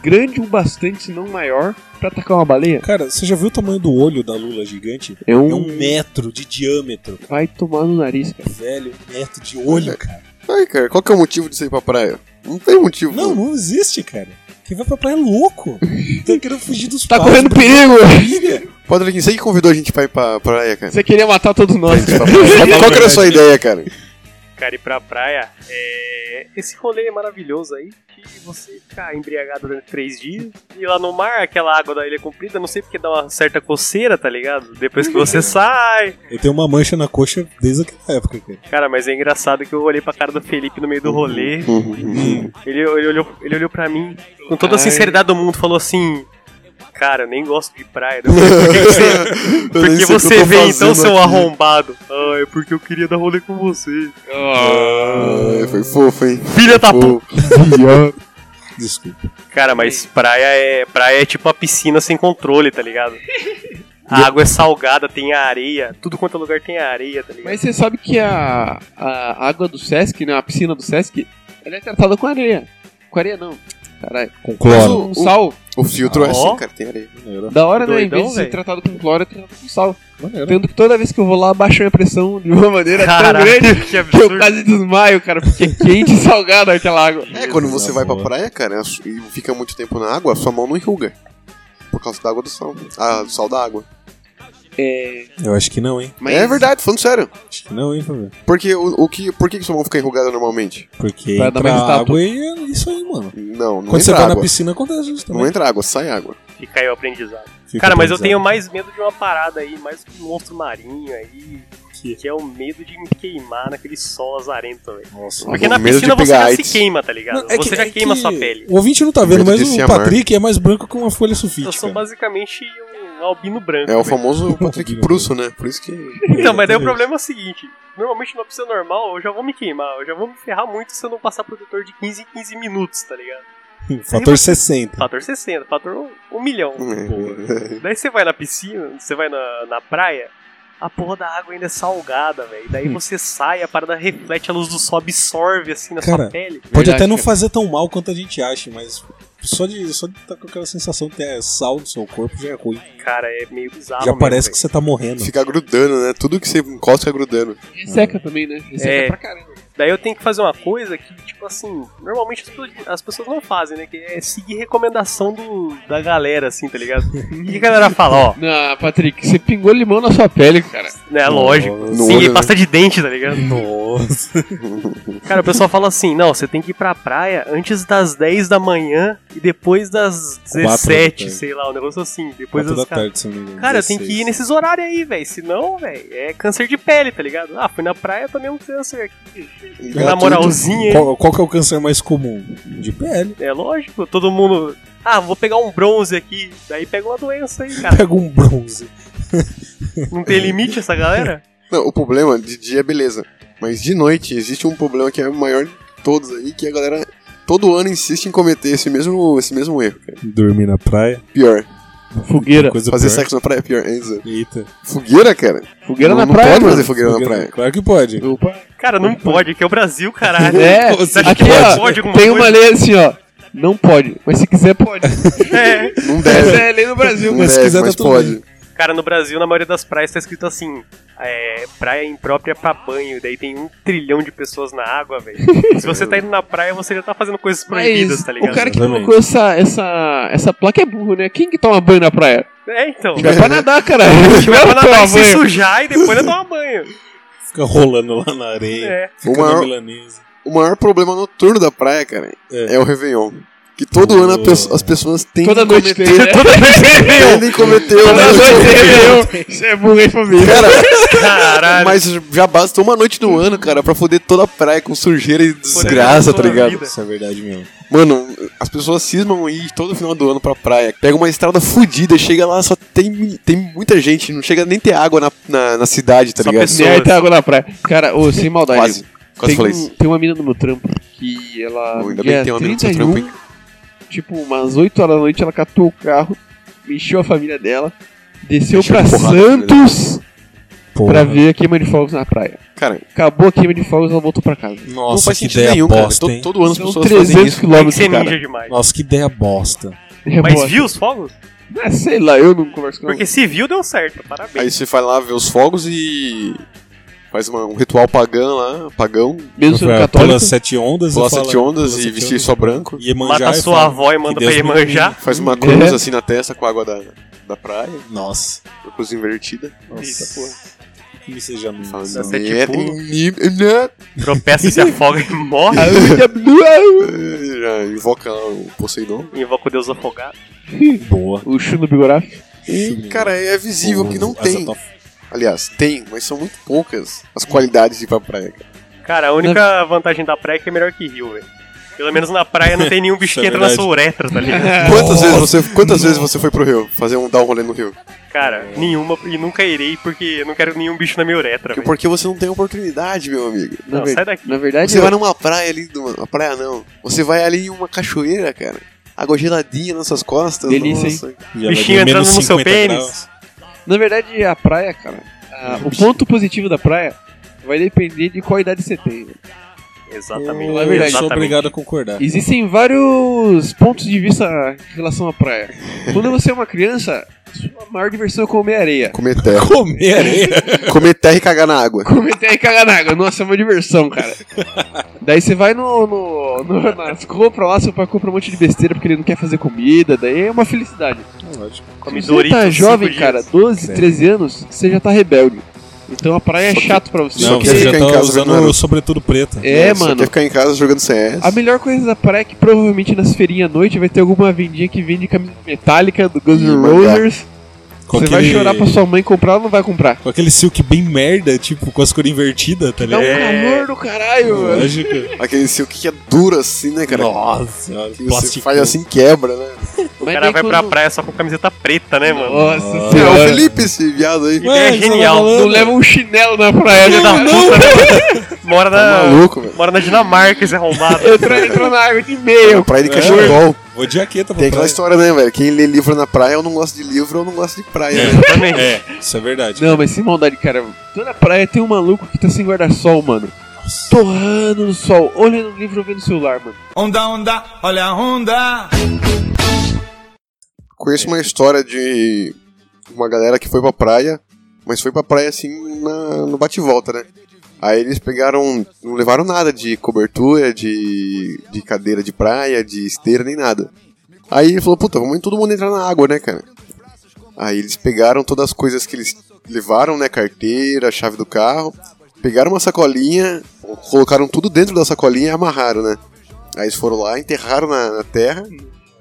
B: grande o bastante, se não maior, pra atacar uma baleia.
C: Cara, você já viu o tamanho do olho da Lula gigante?
B: É
C: É um
B: um...
C: metro de diâmetro.
B: Vai tomar no nariz, cara.
C: Velho, um metro de olho, cara.
D: Ai, cara, qual que é o motivo de você ir pra praia? Não tem motivo.
C: Não, não existe, cara. Quem vai pra praia é louco. Tá querendo fugir dos
B: Tá
C: pais,
B: correndo
C: brincar
B: perigo!
C: com a filha.
D: Padre Lins, você que convidou a gente pra ir pra praia, cara.
B: Você queria matar todos nós, cara.
D: qual que era a sua ideia, cara?
E: Cara, ir pra praia. É... Esse rolê é maravilhoso aí. Que você ficar embriagado durante três dias. E lá no mar, aquela água da ilha comprida, não sei porque dá uma certa coceira, tá ligado? Depois que você sai.
C: Eu tenho uma mancha na coxa desde aquela época, cara.
E: Cara, mas é engraçado que eu olhei pra cara do Felipe no meio do rolê. Ele, ele, olhou, ele olhou pra mim com toda a
B: Ai.
E: sinceridade do mundo falou assim. Cara, eu nem gosto de praia. Eu falei, Por que que você,
D: Eu nem
E: Porque
D: sei o que eu
E: você
D: tô
E: vê então,
D: fazendo
E: seu
D: aqui.
E: arrombado? Ah, é porque eu queria dar rolê com você.
D: Ah, foi fofo, hein?
E: Filha da puta!
D: Fofo.
C: Desculpa.
E: Cara, mas praia é, praia é tipo uma piscina sem controle, tá ligado? A água é salgada, tem areia, tudo quanto é lugar tem areia, tá ligado?
B: Mas você sabe que a, a água do Sesc, né, a piscina do Sesc, ela é tratada com areia. Com areia não. Caralho.
C: Com
D: Mas
C: cloro.
B: Com sal.
D: O filtro é
E: Ah,
D: assim,
E: ó.
D: cara, tem areia.
C: Maneiro.
B: Da hora, né? Em
E: Doidão,
B: vez de ser
E: velho.
B: tratado com cloro, é tratado com sal.
C: Maneiro.
B: Tanto que toda vez que eu vou lá, baixa minha pressão de uma maneira é tão grande
E: Caralho, que
B: que eu
E: absurdo.
B: quase desmaio, cara, porque é quente e salgada aquela água.
D: É, quando você vai pra
C: amor.
D: praia, cara, e fica muito tempo na água, sua mão não enruga. Por causa da água do sal. Ah, do sal da água.
E: É.
B: É,
C: Eu acho que não, hein?
D: Mas... É verdade, falando sério.
C: Acho que não, hein, Fabio?
D: Porque o, o que, por que que sua mão fica enrugada normalmente?
C: Porque
B: Pra dar
C: entra
B: mais tapa.
C: água e é isso aí, mano.
D: Não, não
C: Quando você
D: entra
C: vai na né?
D: água.
C: piscina, acontece isso
D: Não
C: também.
D: entra água, sai água.
E: E caiu o aprendizado.
C: Fica
E: Cara, mas eu
C: aprendizado.
E: tenho um mais medo de uma parada aí, mais que um monstro marinho aí, que, é o medo de me queimar naquele sol azarento, velho.
C: Nossa,
E: Porque
D: o
E: na
D: medo de
E: piscina você
D: pegar
E: já
D: AIDS.
E: se queima, tá ligado?
C: Não, é
E: é você
C: que-
E: já
C: é
E: queima
C: que
E: sua pele.
C: O ouvinte não tá vendo,
D: Medo
C: mas
D: de se
C: o
D: amar.
C: Patrick é mais branco que uma folha
E: Eu
C: sulfite,
E: sou
C: cara.
E: basicamente um albino branco.
D: É o
E: velho.
D: famoso Patrick Prusso, né? Por isso que.
E: Então, mas daí o
C: Exatamente.
E: problema é o seguinte: normalmente numa piscina normal eu já vou me queimar, eu já vou me ferrar muito se eu não passar protetor de 15 em 15 minutos, tá ligado?
C: Fator 60.
E: Fator 60, fator 1 um milhão.
D: É.
E: Daí você vai na piscina, você vai na, na praia, a porra da água ainda é salgada, velho. Daí
C: Hum.
E: você sai, a parada reflete, a luz do sol absorve assim na
C: Cara,
E: sua pele.
C: Pode
B: Verdade,
C: até não
B: cara.
C: fazer tão mal quanto a gente acha, mas só de só de estar com aquela sensação que é sal no seu corpo já é ruim.
E: Cara, é meio bizarro.
C: Já
E: mesmo,
C: parece que
E: velho.
C: você tá morrendo.
D: Fica grudando, né? Tudo que você encosta fica grudando.
B: E seca também, né? E seca
E: É.
B: pra caramba.
E: Daí eu tenho que fazer uma coisa que, tipo assim, normalmente as, pessoas- as pessoas não fazem, né? Que é seguir recomendação do, da galera, assim, tá ligado? O que a galera fala, ó,
B: Não, Patrick, você pingou limão na sua pele, cara.
E: né? Lógico.
D: No
E: Sim,
D: olho,
E: e
D: né?
E: pasta de dente, tá ligado?
C: Hum. Nossa.
E: Cara, o pessoal fala assim, não, você tem que ir pra praia antes das 10 da manhã e depois das
C: Quatro da
E: 17,
C: tarde.
E: sei lá, um negócio assim, depois
C: Quatro
E: das...
C: da
E: ca-
C: tarde, se não me engano.
E: Cara, tem que
C: 16.
E: ir nesses horários aí, velho, senão, velho, é câncer de pele, tá ligado? Ah, fui na praia, tomei um câncer aqui. Na moralzinha, hein?
C: Qual, qual que é o câncer mais comum? De pele.
E: é lógico, todo mundo... Ah, vou pegar um bronze aqui, daí pega uma doença aí, cara.
C: Pega um bronze.
E: Não tem limite essa galera?
D: Não, o problema de dia é beleza. Mas de noite existe um problema que é o maior de todos aí, que a galera todo ano insiste em cometer esse mesmo, esse mesmo erro, cara.
C: Dormir na praia.
D: Pior.
B: Fogueira.
C: Coisa
D: Fazer
C: pior.
D: sexo na praia é pior, é exato.
C: Eita.
D: Fogueira, cara.
B: Fogueira
D: não,
B: na
D: não
B: praia.
D: pode
B: mano.
D: fazer fogueira, na praia.
C: Claro que pode.
B: Opa.
E: Cara, não pode, aqui é o Brasil, caralho.
B: É,
E: Você acha
B: aqui
E: que pode,
B: ó,
E: alguma
B: tem
E: coisa?
B: uma lei assim, ó. Não pode, mas se quiser pode.
E: É.
D: Não
B: Essa
D: deve.
B: é a lei no Brasil.
D: Não
C: mas se
D: deve,
C: quiser
D: mas
C: tá tudo
D: pode.
E: Cara, no Brasil, na maioria das praias tá escrito assim: é, praia imprópria pra banho. Daí tem um trilhão de pessoas na água, velho. Se você tá indo na praia, você já tá fazendo coisas proibidas,
B: Mas
E: tá ligado?
B: É o cara que
C: Exatamente.
B: colocou essa, essa, essa placa é burro, né? Quem que toma banho na praia?
E: É, então.
B: Vai pra nadar, cara.
E: Vai pra
B: Vai tomar
E: nadar e se
B: banho.
E: sujar e depois vai tomar banho.
C: Fica rolando lá na areia.
E: É.
D: O
C: Fica na
D: maior,
C: milanesa.
D: o maior problema noturno da praia, cara,
C: É.
D: é, o Réveillon. Que todo
C: Oh.
D: ano a pessoa- as pessoas têm
B: Toda noite tem, né?
D: Tendem a cometer o
B: Toda
D: mesmo
B: noite tem
D: erro.
B: Réveillon. Isso é burro, hein, família?
D: Cara,
E: Caralho.
D: Mas já basta uma noite do ano, cara, pra foder toda a praia com sujeira e desgraça, tá
E: toda a
D: ligado?
E: vida.
C: Isso é verdade mesmo.
D: Mano, as pessoas cismam ir todo final do ano pra praia. Pega uma estrada fodida, chega lá, só tem, tem muita gente, não chega nem ter água na, na, na cidade, tá
E: Só
D: ligado?
E: pessoa.
B: E aí tem água na praia. Cara, ô, sem maldade.
D: Quase,
B: tem,
D: quase falei
B: um-
D: isso.
B: tem uma mina no meu trampo que ela.
D: Ainda bem
B: dia
D: que um tem uma mina no seu
B: 31,
D: trampo, hein?
B: Tipo, umas 8 horas da noite ela catou o carro, mexeu a família dela, desceu
D: Encheu
B: pra
D: de porrada, né?
B: Santos
C: Porra.
B: pra ver a queima de fogos na praia.
D: Cara,
B: Acabou a queima de fogos ela voltou pra casa.
D: não
C: Nossa,
D: faz
C: que
D: sentido
C: ideia
D: nenhum, cara.
C: bosta,
D: Todo,
C: hein?
D: todo ano as
B: São
D: pessoas fazem isso.
E: Tem que
B: quilômetros,
E: ser
B: cara.
E: ninja demais.
C: Nossa, que ideia bosta.
B: É
E: Mas
B: boa.
E: viu os fogos?
C: Então-
B: É, sei lá, eu não converso com ela.
E: Porque se viu, deu certo.
D: Aí
E: Parabéns.
D: você vai lá ver os fogos e faz uma- um ritual pagão lá, pagão,
B: Mesmo sendo
C: Pra-
B: católico. Ah,
C: Pula sete ondas.
D: pular
C: e fala-
D: sete ondas
C: pula
D: e
C: sete
D: vestir
C: ondas.
D: só branco.
C: E Iemanjá
E: Mata
C: e
E: sua
C: fala,
E: avó e
C: "Que
E: manda pra
C: Deus me
E: Iemanjá.
D: Faz uma
B: É.
D: cruz assim na testa com a água da, da praia,
C: livre." Nossa.
D: uma cruz invertida. é,
C: Nossa, porra. Que me seja no
D: Falando
E: Dá sete
D: merda,
E: pulos.
D: ni- né?
E: Tropeça e se afoga e morre.
D: Já invoca lá o Poseidon.
E: Invoca o Deus afogado.
C: Boa.
B: O chulo bigorá.
D: E, cara, é visível que não
C: Asa
D: tem.
C: top.
D: Aliás, tem, mas são muito poucas as qualidades de ir pra praia. cara.
E: Cara, a única vantagem da praia é que é melhor que rio, velho. Pelo menos na praia não tem nenhum
C: Isso
E: bicho
C: é
E: que entra na
C: verdade.
E: sua uretra, tá ligado?
D: Quantas, vezes você, quantas vezes você foi pro Rio fazer um dar um rolê no Rio?
E: Cara, nenhuma e nunca irei porque eu não quero nenhum bicho na minha uretra.
D: Porque,
E: velho.
D: porque você não tem oportunidade, meu amigo.
B: Na,
E: Não,
B: ver...
E: sai daqui.
B: Na verdade,
D: Você
B: eu...
D: vai numa praia ali, numa praia não. Você vai ali em uma cachoeira, cara. Água geladinha nas suas costas.
B: Delícia,
D: nossa.
C: Já vai
E: Bichinho
C: de menos
E: entrando no seu
C: 50
E: pênis.
C: graus.
B: na verdade, a praia, ah, cara. a- o ponto positivo da praia vai depender de qual idade você tem. velho.
E: Exatamente.
B: Fala a é verdade.
C: Eu sou
E: Exatamente.
C: obrigado a concordar.
B: Existem vários pontos de vista em relação à praia. Quando você é uma criança, sua maior diversão é comer areia.
D: Comer terra.
C: Comer areia.
D: Comer terra e cagar na água.
B: Comer terra e cagar na água. Nossa, é uma diversão, cara. Daí você vai no, no, no- nas compras lá, seu pai compra um monte de besteira porque ele não quer fazer comida. Daí é uma felicidade.
C: Lógico.
E: Come
B: Se você
E: Doritos
B: tá
E: cinco
B: jovem,
E: dias.
B: cara, 12, 13 anos, você já tá rebelde. Então a praia é chato pra você.
D: Só
C: Não,
D: que
C: você
D: fica
C: já
D: em
C: tá
D: casa
C: usando
D: vendo
C: o
D: Naruto.
C: sobretudo preto.
B: É,
D: Você
B: mano.
D: Quer ficar em casa jogando CS.
B: A melhor coisa da praia é que provavelmente nas feirinhas à noite vai ter alguma vendinha que vende camisa metálica do Guns N'
D: Ih, mangá.
B: Roses. Você vai chorar pra sua mãe comprar ou não vai comprar?
C: Com aquele silk bem merda, tipo, com as cores invertidas, tá
B: Dá um
C: ligado?
D: É.
B: calor do caralho, mano.
C: Lógico.
D: Aquele silk que é duro assim, né, cara?
C: Nossa senhora,
D: Que você
C: plástico.
D: faz assim quebra, né?
E: O cara vai pra praia só com camiseta preta, né, mano?
B: Nossa
D: É o
B: senhora.
D: Felipe esse viado aí.
E: Ideia
C: Ué, você tá
E: É genial.
C: falando?
B: Não leva um chinelo na praia, já
E: Filho da
B: tá
E: puta, né? mano? Mora
D: Tá
E: na.
D: maluco, velho.
E: Mora na Dinamarca, esse arrombado.
B: Entrou, entrou na água de meio.
D: Praia de
C: É.
D: cachecol.
C: Vou de jaqueta pra
D: Tem aquela
C: praia.
D: história, né, velho? Quem lê livro na praia ou não gosta de livro ou não gosta de praia, né?
E: Exatamente.
C: É, isso é verdade.
B: Não, mas sem maldade, cara. Toda praia tem um maluco que tá sem guarda-sol, mano.
C: Nossa.
B: Torrando no sol, olhando o livro vendo o celular, mano.
A: Onda, onda, olha a onda.
D: Conheço uma história de uma galera que foi pra praia, mas foi pra praia assim na- no bate-volta, né? Aí eles pegaram. não levaram nada de cobertura, de, de cadeira de praia, de esteira, nem nada. Aí ele falou, puta, vamos todo mundo entrar na água, né, cara? Aí eles pegaram todas as coisas que eles levaram, né? Carteira, chave do carro, pegaram uma sacolinha, colocaram tudo dentro da sacolinha e amarraram, né? Aí eles foram lá, enterraram na- na terra,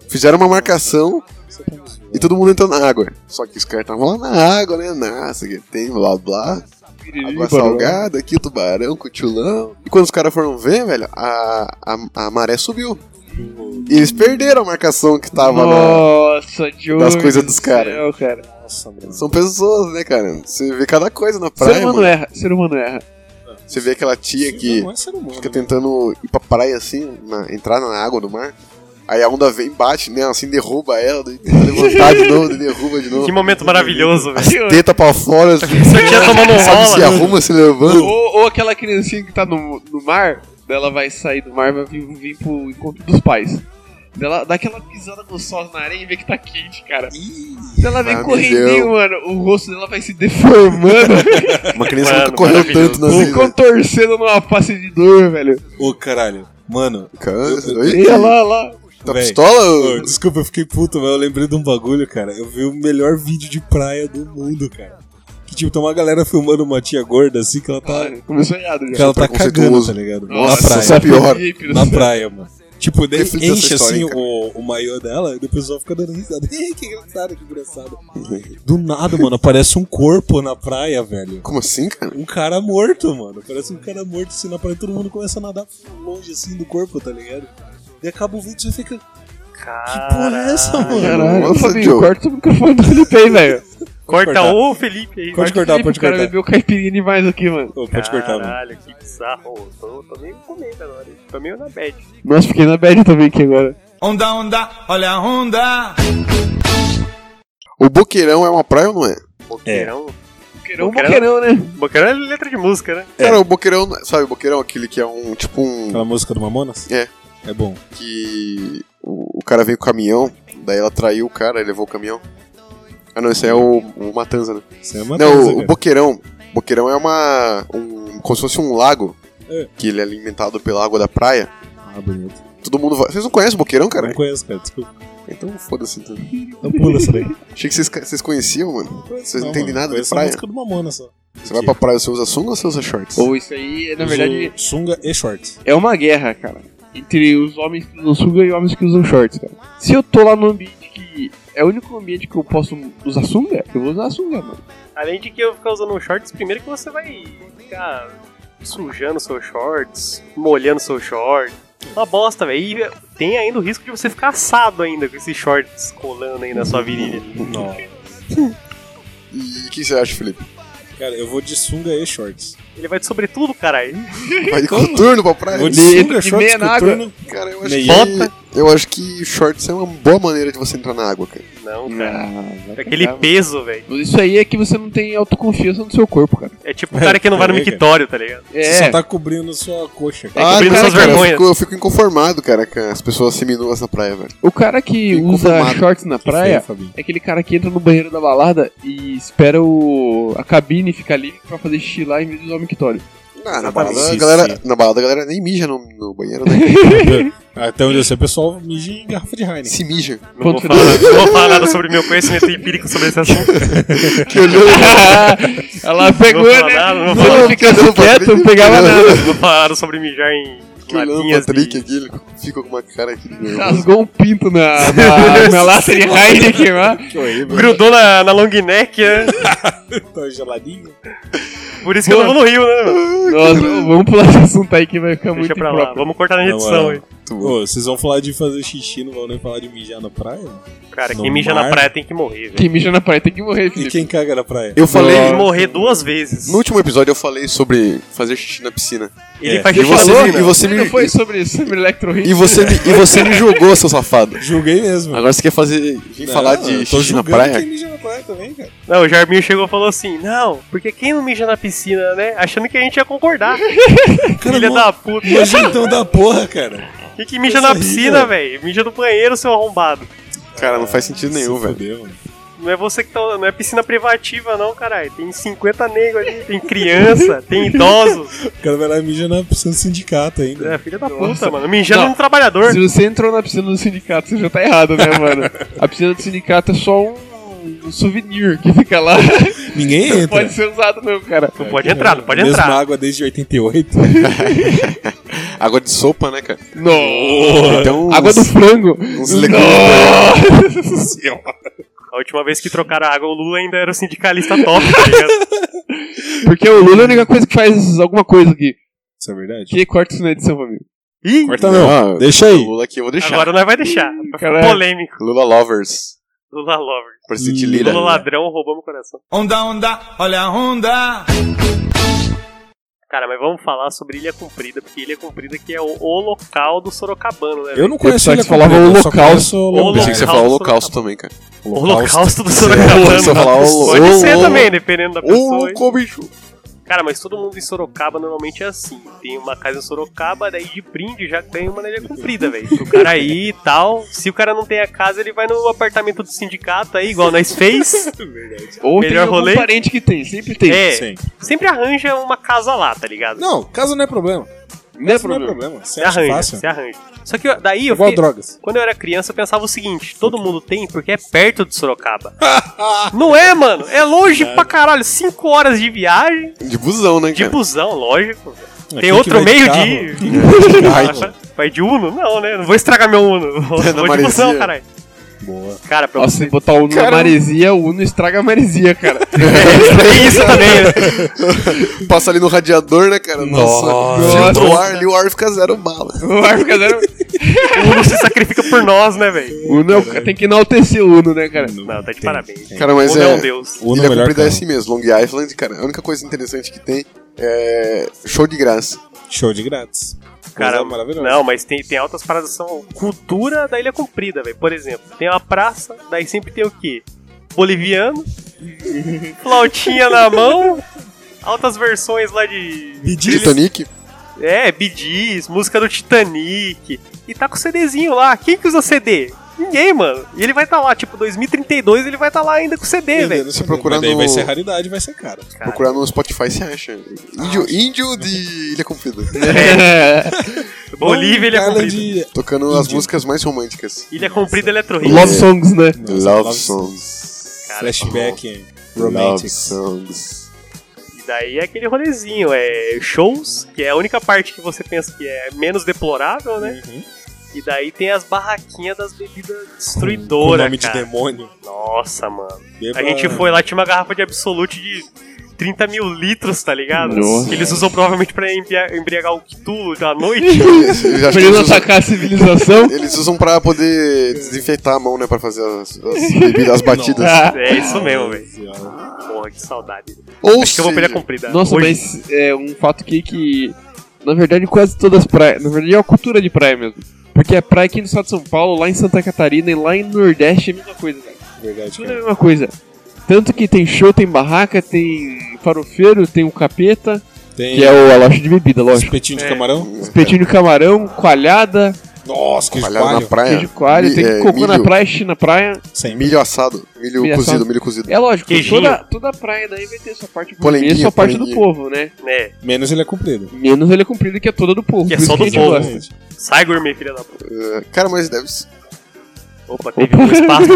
D: fizeram uma marcação e todo mundo entrou na água. Só que os caras estavam lá na água, né? Nossa, que tem blá blá.
B: né?
D: Água salgada, aqui o tubarão, cutulão. E quando os caras foram ver, velho, a, a, a maré subiu. E eles perderam a marcação que tava na.
B: Nossa, Diogo.
D: né? das coisas dos
B: do
D: cara.
B: céu, cara.
C: Nossa, mano.
D: São pessoas, né, cara? Você vê cada coisa na
B: ser
D: praia,
B: humano
D: mano.
B: erra, ser humano erra.
D: Você vê aquela tia que
C: Não é ser humano.
D: fica tentando ir pra praia assim, na- entrar na água do mar. Aí a onda vem, bate nela, assim, derruba ela, daí tenta levantar de novo, daí derruba de
E: Que
D: novo.
E: momento né? Tá maravilhoso,
D: As
E: velho.
D: tetas pra fora, assim,
E: Essa tia tomando um
D: sabe, se é
E: rola.
D: arruma, se levanta.
B: Ou, ou aquela criancinha que tá no, no mar, ela vai sair do mar e vai vir, vir pro encontro dos pais. Ela dá aquela pisada gostosa na areia e vê que tá quente, cara. Se ela vem
D: maravilhão.
B: correndinho, mano, o rosto dela vai se deformando,
D: Uma criança
E: Mano,
D: nunca correu
E: maravilhoso.
D: tanto na
B: se
D: vida.
B: contorcendo numa face de dor, velho.
C: Ô, caralho. Mano,
D: Câncer,
C: Eu-
D: oi?
B: E lá, lá.
D: Tá
C: Véi. ô,
D: pistola?
C: desculpa, eu fiquei puto, mas eu lembrei de um bagulho, cara. Eu vi o melhor vídeo de praia do mundo, cara. Que, tipo, tem uma galera filmando uma tia gorda, assim, que ela tá...
B: Começou errado
C: Que
B: já.
C: ela tá cagando,
D: é preconceituoso.
C: tá ligado?
D: Nossa,
C: na praia.
D: isso é pior.
C: Na praia, mano. Tipo, daí
D: Reflita essa
C: enche
D: história,
C: assim
D: hein, cara.
C: o, o maiô dela e o pessoal fica dando risada. Ih, que engraçado, que engraçado. Do nada, mano, aparece um corpo na praia, velho.
D: Como assim, cara?
C: Um cara morto, mano. Parece um cara morto assim na praia. Todo mundo começa a nadar longe assim do corpo, tá ligado? E acaba o vídeo e você fica. Que porra é essa, mano?
B: Caralho,
D: Nossa,
B: Fabinho,
D: Diogo.
B: corta o microfone do Felipe aí, velho.
E: Corta
C: cortar.
E: o Felipe aí.
C: Pode cortar, pode
B: O cara
C: cortar.
B: bebeu caipirinha demais aqui, mano.
C: Ô, pode cortar, mano.
E: Caralho, que bizarro. Tô, tô meio comendo agora. hein? Tô meio na bad.
B: Nossa, fiquei na bad também aqui agora.
A: Onda, onda, olha a onda.
D: O Boqueirão é uma praia ou não é?
E: Boqueirão.
B: Boqueirão,
E: Boqueirão.
B: boqueirão, né?
E: Boqueirão é letra de música, né?
D: Cara, o Boqueirão, não é- sabe, o Boqueirão é aquele que é um, tipo um,
C: Aquela música do Mamonas?
D: É.
C: É bom.
D: que o, o cara veio com o caminhão, daí ela traiu o cara e levou o caminhão. Ah não, esse aí é o, o Matanza, né?
C: Isso é uma
D: não,
C: coisa,
D: o, o
C: cara.
D: Boqueirão, Boqueirão é uma, um, como se fosse um lago,
C: É.
D: que ele é alimentado pela água da praia.
C: Ah, bonito.
D: Todo mundo vai... Vocês não conhecem o Boqueirão,
C: Cara, não
D: cara?
C: conheço, cara. Desculpa.
D: Então foda-se. Então.
C: Não pula essa daí.
D: Achei que vocês, vocês conheciam, mano. Vocês não, entendem
C: mano.
D: nada de
C: Conheço a
D: praia.
C: música do Mamonas só.
D: Você vai pra praia, você usa sunga ou você usa shorts?
B: Ou isso aí, é, na
C: Uso
B: verdade,
C: Sunga e shorts.
B: é uma guerra, cara. Entre os homens que usam sunga e homens que usam shorts, cara. Se eu tô lá no ambiente que é o único ambiente que eu posso usar sunga, eu vou usar sunga, mano.
E: Além de que eu ficar usando um shorts, primeiro que você vai ficar sujando seus shorts, molhando seu short. Uma bosta, velho. E eh, tem ainda o risco de você ficar assado ainda com esses shorts colando aí na sua virilha.
C: Não.
D: E o que você acha, Felipe?
C: Cara, eu vou de sunga e shorts.
E: Ele vai de sobretudo, caralho.
D: Vai É. de coturno pra praia?
C: Vou de
B: de-
C: sunga,
B: de
C: shorts,
B: meia na água.
C: coturno.
D: Cara, eu acho
C: Meia.
D: que... Eu acho que shorts é uma boa maneira de você entrar na água, cara.
C: É
E: Não, cara.
B: Ah, vai
E: Aquele
B: cagar,
E: peso, velho.
B: mano. Isso aí é que você não tem autoconfiança no seu corpo, cara.
E: É tipo o cara que não vai no
C: É, cara.
E: mictório, tá ligado?
C: Você
B: É,
C: só tá cobrindo sua coxa. cara.
E: É cobrindo suas
D: Ah, cara, eu
E: vergonhas.
D: fico, eu fico inconformado, cara, com as pessoas seminuas na praia, velho.
B: o cara que
D: Fico
B: usa
D: conformado.
B: shorts na
C: Que
B: praia
C: feio, Fabinho.
B: é aquele cara que entra no banheiro da balada e espera o a cabine ficar livre pra fazer xixi lá em vez de usar o mictório.
D: Ah, na,
C: Exatamente.
D: balada, a
C: Sim,
D: galera, na balada a galera nem mija no, no banheiro, né?
C: Até onde eu sei, o pessoal mija em garrafa de Heineken.
D: Se mija.
E: Não vou,
B: Quanto
E: falar, não vou falar nada sobre meu conhecimento empírico sobre esse assunto.
D: Que olhou
B: Ela
E: pegou, Não fala né? nada, não Não, fala.
D: fica assim quieto, não pegava
E: Não vou falar nada sobre mijar em
D: que olhando o
E: latinhas
D: Patrick
E: de...
D: aqui, ele fica com uma cara aqui de nervoso.
B: Rasgou um pinto na, na, na lata de Heineken lá.
C: Que horrível.
E: Grudou na, na long neck, né?
C: Tá geladinho.
E: Por isso que eu não vou no Rio, né, mano?
B: Nossa, vamos pular esse assunto aí que vai ficar
E: Deixa
B: muito
E: pra lá.
B: impróprio.
E: Vamos cortar na
C: Na
E: edição,
C: moral.
E: hein?
C: Ô, vocês vão falar de fazer xixi, não vão nem falar de mijar na praia?
E: Cara,
C: No
E: quem mija na
C: mar?
E: praia tem que morrer, velho.
B: Quem mija na praia tem que morrer,
C: E
B: Felipe.
C: quem caga na praia?
D: Eu
E: Tem
D: falei.
E: que morrer duas vezes.
D: No último episódio eu falei sobre fazer xixi na piscina.
E: Ele
C: É.
E: faz
D: E
E: xixi na
D: você,
E: piscina.
D: e você
B: Não
D: me.
B: foi sobre, sobre Electro Hit?
D: E você me, e você me julgou, seu safado.
C: Julguei mesmo.
D: Agora você quer fazer. vir
C: Não,
D: falar
C: eu
D: de
C: tô
D: xixi na
C: julgando
D: praia?
C: Quem mija na praia também, cara.
E: Não, o Jarminho chegou e falou assim: Não, porque quem não mija na piscina, né? Achando que a gente ia concordar. Filha
C: mó-
E: da puta.
C: Nojentão então da porra, cara.
E: Quem que mija na
C: Coisa
E: piscina,
C: horrível.
E: velho? Mija no banheiro, seu arrombado.
D: Cara, não faz sentido nenhum,
C: Se
D: velho.
C: fudeu, mano.
E: Não é você que tá. Não é piscina privativa, não, caralho. Tem 50 negros ali, tem criança, tem idosos.
C: O cara vai lá e mija na piscina do sindicato ainda.
E: É, filha da puta, mano. Mijando
B: Não.
E: no trabalhador.
B: Se você entrou na piscina do sindicato, você já tá errado, né, mano? A piscina do sindicato é só um, um souvenir que fica lá.
C: Ninguém entra.
B: Pode ser usado mesmo, cara.
E: Não
C: é
E: pode entrar, não pode
C: Mesma
E: entrar.
C: água desde 88.
D: Água de sopa, né, cara?
B: Não.
D: Então.
B: Água do
D: uns-
B: frango.
D: Uns
B: Não.
D: legumes.
E: A última vez que trocaram a água, o Lula ainda era o sindicalista top, tá ligado?
B: Porque o Lula é a única coisa que faz alguma coisa aqui.
C: Isso é verdade?
B: Que corta isso na edição, família.
E: Ih,
C: Corta não.
D: Ah,
C: Deixa aí.
D: Lula aqui, eu vou deixar.
E: agora nós vai deixar. Vai ficar
B: Caralho.
E: polêmico.
D: Lula Lovers.
E: Lula Lover.
D: Presidente
C: Hum.
D: Lira.
E: Lula ladrão roubou meu coração.
A: Onda, onda, olha a onda.
E: Cara, mas vamos falar sobre Ilha Comprida, porque Ilha Comprida que é o, o local do Sorocabano, né? velho?
C: Eu não conheço
B: pensava
C: ele
B: que você falava
C: completo, eu só
B: holocausto.
C: conheço o
D: Eu pensei que você
E: Holocausto.
D: falou holocausto também, cara.
E: O holocausto do
D: É, você falar
E: Sorocabano.
D: o-
E: Pode
D: o-
E: ser
D: o-
E: também, dependendo da
D: Ô,
E: pessoa. hein?
D: louco, bicho.
E: Cara, mas todo mundo em Sorocaba normalmente é assim. Tem uma casa em Sorocaba, daí de brinde já ganha uma na Ilha Comprida, velho. O cara aí e tal. Se o cara não tem a casa, ele vai no apartamento do sindicato aí, igual nós fez.
B: Ou tem
E: Melhor
B: algum
E: rolê?
B: parente que tem, sempre tem.
E: É,
C: Sim.
E: sempre arranja uma casa lá, tá ligado?
C: Não, casa não é problema.
B: não é
C: Não é
B: problema.
C: problema. Você
E: se
C: acha
E: arranja,
C: fácil? É,
E: se arranja. Só que eu- daí eu
C: Igual
E: fiquei,
C: drogas.
E: Quando eu era criança, eu pensava o seguinte: todo mundo tem porque é perto de Sorocaba. não é, mano? É longe pra caralho. 5 horas de viagem,
D: De busão, né,
E: de
D: cara?
E: busão, lógico.
C: Mas
E: Tem
C: quem É. que
E: outro
C: vai de
E: meio
C: carro?
E: de.
C: Quem que vai de carro?
E: Vai de Uno? Não, né? Não vou estragar meu Uno. Vou
D: Na
E: de
D: maresia.
E: busão, caralho.
C: Boa.
E: Cara, pra
B: Nossa,
E: você.
B: se botar o Uno na
D: Caramba.
B: maresia, o Uno estraga a maresia, cara.
D: É
E: Tem isso também, né?
D: Passa ali no radiador, né, cara? Nossa.
B: Nossa.
D: Nossa. O ar ali, o ar fica zero bala.
B: O ar fica zero.
E: O Uno se sacrifica por nós, né, velho?
B: O Uno é o- tem que enaltecer o Uno, né, cara?
E: Não, tá de
C: Tem,
E: parabéns.
C: tem.
D: Cara, mas
E: Uno é um
D: é.
E: deus.
C: Uno é
D: Ilha
C: o melhor
D: Comprida é
C: carro.
D: assim mesmo. Long Island, cara. A única coisa interessante que tem é. Show de graça.
C: Show de grátis. Coisa
E: Cara,
C: maravilhosa.
E: não, mas tem, tem altas paradas que são cultura da Ilha Comprida, velho. Por exemplo, tem uma praça, daí sempre tem o quê? Boliviano, flautinha na mão, altas versões lá de.
C: Pedir
D: Titanic?
E: É, bidis, música do Titanic. E tá com o CDzinho lá. Quem que usa CD? Ninguém, mano. E ele vai tá lá, tipo, 2032 ele vai tá lá ainda com CD, velho.
D: Se procurar
C: Mas daí
D: no-
C: vai ser raridade, vai ser caro.
D: Procurar no Spotify você acha. Índio, índio de Ilha Comprida.
E: Bolívia, Ilha
C: Cara
E: é Comprida.
C: de-
D: Tocando as músicas mais românticas.
E: Ilha Comprida, é Eletro Rio.
D: É.
B: Love songs, né?
C: Nossa,
D: Love
C: love
D: songs.
C: Flashback hein?
D: Love
C: romantic.
D: songs.
E: E daí é aquele rolezinho, é shows, que é a única parte que você pensa que é menos deplorável, né?
C: Uhum.
E: E daí tem as barraquinhas das bebidas
C: Com
E: destruidoras,
C: nome de é-
E: cara.
C: demônio.
E: Nossa, mano.
C: Beba-
E: A gente foi lá, tinha uma garrafa de Absolute de 30 mil litros, tá ligado?
B: Nossa.
E: Que eles usam provavelmente pra embria- embriagar o Cthulhu da noite.
D: Eles, eles
B: Pra
D: acham que
B: ele
D: eles
B: não
D: usam-
B: atacar a civilização.
D: Eles usam pra poder desinfetar a mão, né? Pra fazer as, as bebidas, as batidas.
B: Ah,
E: é isso mesmo, velho.
C: Senhora.
E: Porra, que saudade.
D: Ou
E: Acho que eu vou
D: seja,
E: pegar comprida.
B: Nossa,
E: Hoje-
B: mas é um fato que, que na verdade quase todas as praias, na verdade é uma é cultura de praia mesmo. Porque a praia aqui no estado de São Paulo, lá em Santa Catarina e lá em Nordeste é a mesma coisa, velho.
C: Verdade,
B: Tudo é a
C: cara.
B: mesma coisa. Tanto que tem show, tem barraca, tem farofeiro, tem o capeta,
C: Tem
B: que é o, a loja de bebida, lógico.
C: espetinho
E: É.
C: de camarão.
D: É.
B: Espetinho de camarão, coalhada,
C: Nossa, que
D: Trabalhar na
C: espalho.
D: praia.
B: queijo coalho,
D: Mi-
B: tem
D: é,
B: cocô na
D: milho-
B: praia, xixi na praia.
C: Sem milho.
D: Milho assado. Milho
B: Milho
D: cozido,
B: assado.
D: milho cozido.
B: É lógico,
E: Queijinho.
B: toda, toda praia daí vai ter sua parte gourmet e
D: Polenguinho,
B: sua parte do
D: polenguinho.
B: povo, né?
E: É,
C: Menos ele é comprido.
B: Menos ele é comprido que é toda do povo.
E: Que é
B: por isso
E: só do
B: a gente
E: povo.
B: gosta.
E: sai gourmet, filha da puta.
D: Uh, cara, mas deve, ser-
E: Opa, teve um espaço.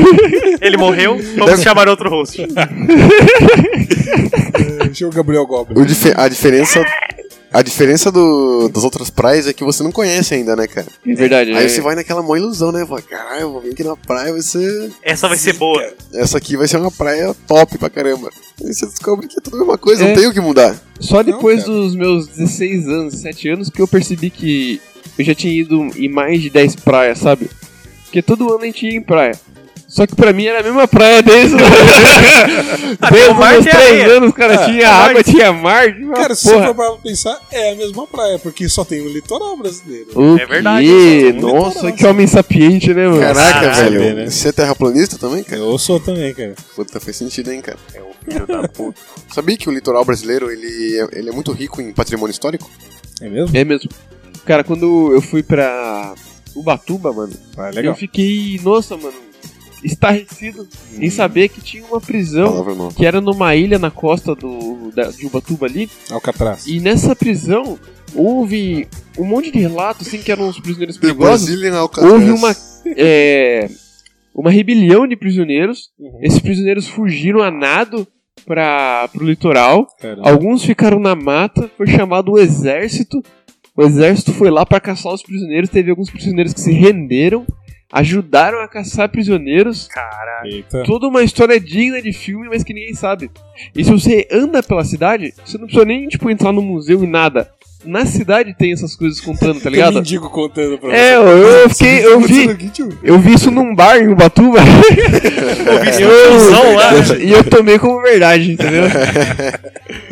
E: Ele morreu, vamos chamar outro host.
C: Deixa o Gabriel Goblin.
D: o dife- a diferença. A diferença do- das outras praias é que você não conhece ainda, né, cara?
B: É verdade,
D: Aí
B: né?
D: você vai naquela mó ilusão, né? Fala, caralho, eu vou vir aqui na praia, vai ser.
E: Essa vai ser boa.
D: Essa aqui vai ser uma praia top pra caramba. Aí você descobre que é tudo a mesma coisa,
B: É.
D: não tem o que mudar.
B: Só depois
C: cara.
B: dos meus 16 anos, 17 anos, que eu percebi que eu já tinha ido em mais de 10 praias, sabe? Porque todo ano a gente ia em praia. Só que pra mim era a mesma praia desde, desde
E: o
B: os
E: mar
B: meus
E: tem
B: 3
E: areia.
B: anos, cara.
C: Ah,
B: tinha
E: o mar-
B: água, tinha mar. tinha uma
C: Cara, se você
B: porra.
C: for pra pensar, é a mesma praia, porque só tem o litoral brasileiro.
B: O
E: É verdade,
B: quê?
E: eu
C: sou muito
B: Nossa,
C: nossa.
B: que homem sapiente, né, mano?
D: Caraca,
E: Caralho,
D: velho.
C: né?
D: Você é terraplanista também, cara?
C: Eu sou também, cara.
D: Puta, faz sentido, hein, cara? É um filho da puta. Sabia que o litoral brasileiro, ele é, ele é muito rico em patrimônio histórico?
C: É mesmo?
B: É mesmo. Cara, quando eu fui pra Ubatuba, mano,
C: Ah, legal.
B: eu fiquei, nossa, mano, estarrecido em saber que tinha uma prisão
D: Palavra nova.
B: que era numa ilha na costa do, da- de Ubatuba ali.
C: Alcatraz.
B: E nessa prisão houve um monte de relatos, assim, que eram os prisioneiros
D: The
B: perigosos.
D: Brazilian Alcatraz.
B: Houve uma, é, uma rebelião de prisioneiros. Esses prisioneiros fugiram a nado para pro litoral.
C: Caramba.
B: É. Alguns ficaram na mata, foi chamado o exército. O exército foi lá pra caçar os prisioneiros. Teve alguns prisioneiros que se renderam, ajudaram a caçar prisioneiros.
E: Caralho.
C: Eita.
B: Toda uma história digna de filme, mas que ninguém sabe. E se você anda pela cidade, você não precisa nem tipo, entrar no museu e nada. Na cidade tem essas coisas contando, tá
C: Tem
B: ligado?
C: mendigo contando pra
B: É,
C: você.
B: eu, eu fiquei, eu
C: Isso
B: vi,
C: aqui, tio.
B: eu vi isso num bar em Ubatuba.
E: Ouvi isso de um tiozão lá.
B: Eu, e eu tomei como verdade, entendeu?